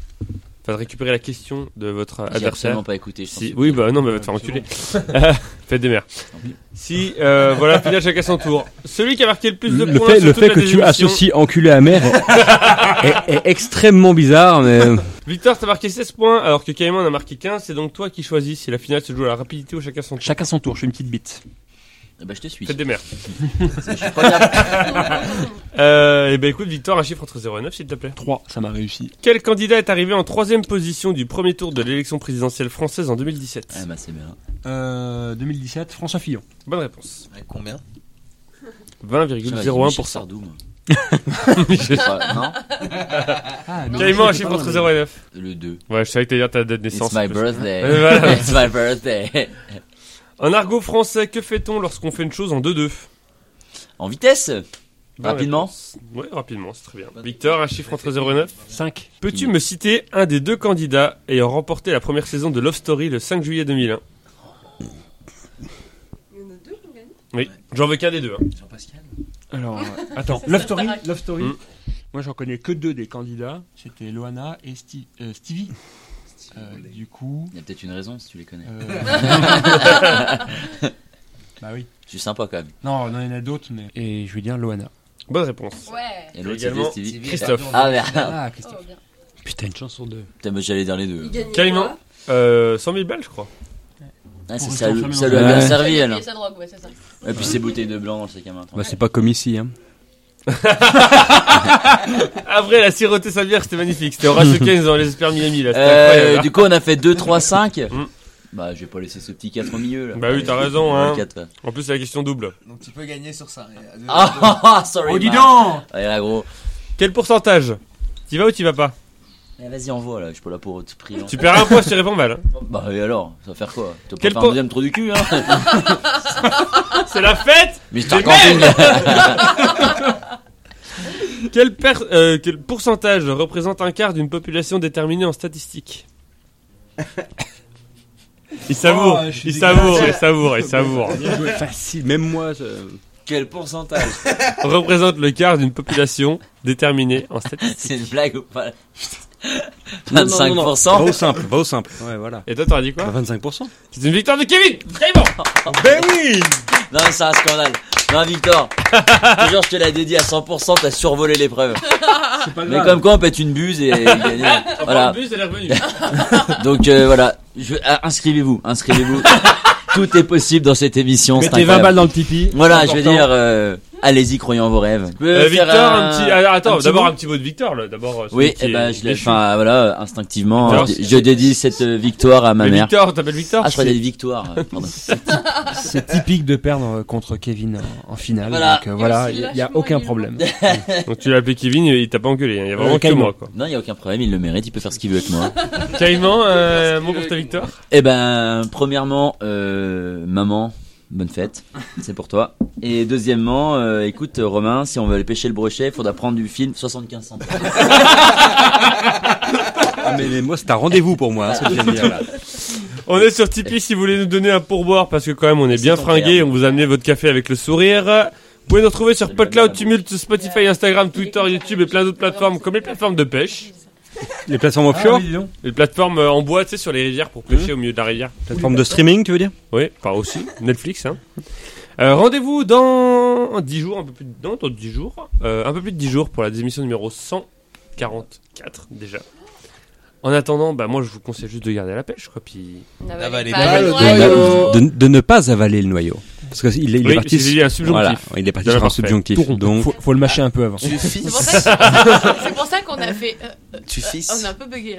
Speaker 1: Enfin, de récupérer la question de votre
Speaker 2: J'ai
Speaker 1: adversaire.
Speaker 2: absolument pas écouté. Je
Speaker 1: Si-
Speaker 2: t'en
Speaker 1: oui,
Speaker 2: supplie.
Speaker 1: bah non, mais va te faire enculer. Faites des mères. Si, euh, voilà, final chacun son tour. Celui qui a marqué le plus de
Speaker 4: Le
Speaker 1: points.
Speaker 4: fait,
Speaker 1: sur
Speaker 4: le
Speaker 1: toute
Speaker 4: fait
Speaker 1: la
Speaker 4: que tu
Speaker 1: désémission-
Speaker 4: associes enculé à mère est, est- est extrêmement bizarre, mais
Speaker 1: Victor, t'as marqué 16 points, alors que Caïman en a marqué 15. C'est donc toi qui choisis si la finale se joue à la rapidité ou chacun son tour.
Speaker 4: chacun son tour. Je fais une petite bite.
Speaker 2: Ah Bah, je te suis.
Speaker 1: Faites des mères.
Speaker 2: Je suis prenable.
Speaker 1: Euh, et ben écoute, Victor, un chiffre entre 0 et 9, s'il te plaît.
Speaker 4: 3, ça m'a réussi.
Speaker 1: Quel candidat est arrivé en troisième position du premier tour de l'élection présidentielle française en 2017
Speaker 2: Ah bah, c'est bien.
Speaker 7: euh, 2017, François Fillon.
Speaker 1: Bonne réponse.
Speaker 5: Avec Combien
Speaker 2: ça.
Speaker 1: 20,01%.
Speaker 2: Non,
Speaker 7: Ah,
Speaker 8: non,
Speaker 1: Caïman, un chiffre entre 0 et 9.
Speaker 2: le 2.
Speaker 1: Ouais, je savais que t'allais dire ta date de naissance.
Speaker 2: It's my
Speaker 1: Ouais,
Speaker 2: birthday.
Speaker 1: voilà.
Speaker 2: It's my birthday.
Speaker 1: En argot français, que fait-on lorsqu'on fait une chose en deux-deux
Speaker 2: En vitesse
Speaker 1: Bonne
Speaker 2: Rapidement.
Speaker 1: réponse. Ouais, rapidement, c'est très bien. Victor, un chiffre entre 0 et 9.
Speaker 7: 5.
Speaker 1: Peux-tu me citer un des deux candidats ayant remporté la première saison de Love Story le 5 juillet 2001
Speaker 6: Il y en a deux qui ont gagné.
Speaker 1: Oui, j'en veux qu'un des deux. hein.
Speaker 5: Jean-Pascal.
Speaker 7: Alors, euh, attends, Love Story, Love Story.
Speaker 1: Mm.
Speaker 7: Moi, j'en connais que deux des candidats. C'était Loana et Sti- euh, Stevie. Euh, du coup.
Speaker 2: Il y a peut-être une raison si tu les connais.
Speaker 7: euh, bah oui.
Speaker 2: Je suis sympa quand même.
Speaker 7: Non, non, il y en a d'autres, mais. Et je vais dire Loana.
Speaker 1: Bonne réponse.
Speaker 8: Ouais.
Speaker 2: Et l'autre
Speaker 1: Également,
Speaker 2: c'était Stevie.
Speaker 1: Christophe.
Speaker 2: Ah merde.
Speaker 7: Ah,
Speaker 8: Oh, bien.
Speaker 4: Putain, une chance sur deux.
Speaker 2: Putain, mais j'allais dire les deux.
Speaker 6: Il gagne.
Speaker 1: Caïman.
Speaker 6: quoi
Speaker 1: Euh, 100 000 balles, je crois.
Speaker 2: Ah, c'est
Speaker 7: Pour
Speaker 2: ça,
Speaker 7: rester enfermé
Speaker 2: ça lui
Speaker 7: dans
Speaker 2: a
Speaker 4: un-
Speaker 2: bien
Speaker 4: Ouais.
Speaker 2: servi
Speaker 8: Et
Speaker 2: elle.
Speaker 8: sa drogue, ouais, c'est ça.
Speaker 2: Et puis ses bouteilles de blanc dans le sac à main.
Speaker 4: Bah, c'est pas comme ici, hein.
Speaker 1: Ah vrai, la siroté sa bière, c'était magnifique. C'était Horatio Keynes dans les experts Miami, là. C'était
Speaker 2: Euh,
Speaker 1: incroyable. hein.
Speaker 2: du coup, on a fait 2, 3, 5.
Speaker 1: Mm.
Speaker 2: Bah, je vais pas laisser ce petit 4 au milieu là.
Speaker 1: Bah oui, t'as raison, hein.
Speaker 2: Ouais, quatre, ouais.
Speaker 1: En plus, c'est la question double.
Speaker 5: Donc tu peux gagner sur ça. Et, euh,
Speaker 2: Ah, ah, sorry.
Speaker 7: Oh, dis
Speaker 2: man.
Speaker 7: donc
Speaker 2: Allez, là, gros.
Speaker 1: Quel pourcentage T'y vas ou t'y vas pas
Speaker 2: Eh, Vas-y, envoie là, je suis pas là pour te prier. hein.
Speaker 1: Tu perds un point si tu réponds mal. hein.
Speaker 2: Bah, et alors Ça va faire quoi T'as pas
Speaker 1: Quel
Speaker 2: fait un
Speaker 1: po-
Speaker 2: deuxième trou du cul, hein
Speaker 1: C'est la fête
Speaker 2: Mister Camping
Speaker 1: quel, per- euh, quel pourcentage représente un quart d'une population déterminée en statistiques Il savoure,
Speaker 7: Oh, je suis
Speaker 1: il savoure, il savoure, il savoure.
Speaker 4: Facile, même moi. ça-
Speaker 2: Quel pourcentage
Speaker 1: représente le quart d'une population déterminée en statistiques.
Speaker 2: C'est une blague ou pas
Speaker 4: Non, non, non, non.
Speaker 7: Oh.
Speaker 2: 25%
Speaker 4: Va au simple, va au simple. Ouais, voilà.
Speaker 1: Et toi, t'aurais dit
Speaker 4: À
Speaker 1: quoi
Speaker 4: 25%.
Speaker 1: C'est une victoire de Kevin Caïman
Speaker 4: Ben oui
Speaker 2: Non, mais c'est un scandale. Non, Victor, toujours je te l'ai dédié à 100%, t'as survolé l'épreuve.
Speaker 7: C'est pas
Speaker 2: Mais comme quoi, on pète une buse et gagner. Voilà.
Speaker 1: bus, elle est revenue.
Speaker 2: Donc euh, voilà, Je- ah, inscrivez-vous, inscrivez-vous. Tout est possible dans cette émission. c'est
Speaker 7: Mettez 20
Speaker 2: incroyable.
Speaker 7: balles dans le Tipeee.
Speaker 2: Voilà, je veux dire, euh, allez-y, croyez en vos rêves. Tu peux
Speaker 1: Euh,
Speaker 2: faire
Speaker 1: Victor, un petit. ah, attends,
Speaker 2: petit
Speaker 1: d'abord
Speaker 2: mot
Speaker 1: un petit mot de Victor, là. D'abord. euh, celui
Speaker 2: Oui,
Speaker 1: qui
Speaker 2: eh ben
Speaker 1: est
Speaker 2: je l'ai.
Speaker 1: déchu.
Speaker 2: Enfin voilà, instinctivement,
Speaker 1: Alors,
Speaker 2: je, je dédie cette euh, victoire à ma
Speaker 1: Mais
Speaker 2: mère.
Speaker 1: Victor, t'appelles Victor
Speaker 2: Ah, je croyais victoire. euh, pardon.
Speaker 7: C'est typique de perdre contre Kevin en, en finale.
Speaker 2: Voilà.
Speaker 7: Donc euh, voilà,
Speaker 8: Et aussi,
Speaker 7: il n'y a
Speaker 8: lâche-moi,
Speaker 7: aucun
Speaker 8: Guillaume.
Speaker 7: problème.
Speaker 1: Donc tu l'as appelé Kevin, il t'a pas engueulé. hein. Il y a vraiment
Speaker 7: Euh,
Speaker 1: que
Speaker 7: Caïman.
Speaker 1: moi, quoi.
Speaker 2: Non, il y a aucun problème, il le mérite, il peut faire ce qu'il veut avec moi.
Speaker 1: Caïman, euh, mot pour ta victoire.
Speaker 2: Eh ben, premièrement, euh, maman, bonne fête, c'est pour toi. Et deuxièmement, euh, écoute euh, Romain, si on veut aller pêcher le brochet, il faudra prendre du film 75 centimes.
Speaker 4: Ah, mais, mais moi, c'est un rendez-vous pour moi, hein, ce que je viens de dire, là.
Speaker 1: On est sur Tipeee si vous voulez nous donner un pourboire parce que quand même on est bien
Speaker 2: ton
Speaker 1: fringué,
Speaker 2: père.
Speaker 1: on vous a amené votre café avec le sourire. Vous pouvez nous retrouver sur
Speaker 2: C'est bien
Speaker 1: PodCloud,
Speaker 2: la
Speaker 1: Tumult, Spotify, Instagram, Twitter, YouTube et plein d'autres plateformes comme les plateformes de pêche.
Speaker 4: Les plateformes offshore
Speaker 1: Les plateformes euh, en bois, tu sais, sur les rivières pour pêcher au milieu de la rivière.
Speaker 4: Plateforme de streaming, tu veux dire
Speaker 1: Oui, pas aussi. Netflix, hein. Euh, Rendez-vous dans 10 jours, un peu plus de, non, dans 10 jours, euh, un peu plus de 10 jours pour la émission numéro 144 déjà. En attendant, bah moi je vous conseille juste de garder la pêche, quoi. Puis
Speaker 5: N'avalez
Speaker 6: Ah,
Speaker 8: pas
Speaker 5: pas
Speaker 8: le
Speaker 5: le
Speaker 8: noyau.
Speaker 4: de, de- de ne pas avaler le noyau. Parce qu'il il est
Speaker 1: oui,
Speaker 4: parti.
Speaker 1: j'ai dit un subjonctif.
Speaker 4: Voilà, il est parti
Speaker 1: Voilà,
Speaker 4: sur un
Speaker 1: parfait.
Speaker 4: subjonctif.
Speaker 1: Tourne.
Speaker 4: Donc,
Speaker 7: Faut, faut le mâcher un peu avant.
Speaker 5: Tu
Speaker 8: C'est
Speaker 5: fils.
Speaker 8: pour ça que- c'est pour ça qu'on a fait. euh,
Speaker 5: Tu
Speaker 8: euh, on
Speaker 5: fils.
Speaker 8: a un peu bugué là.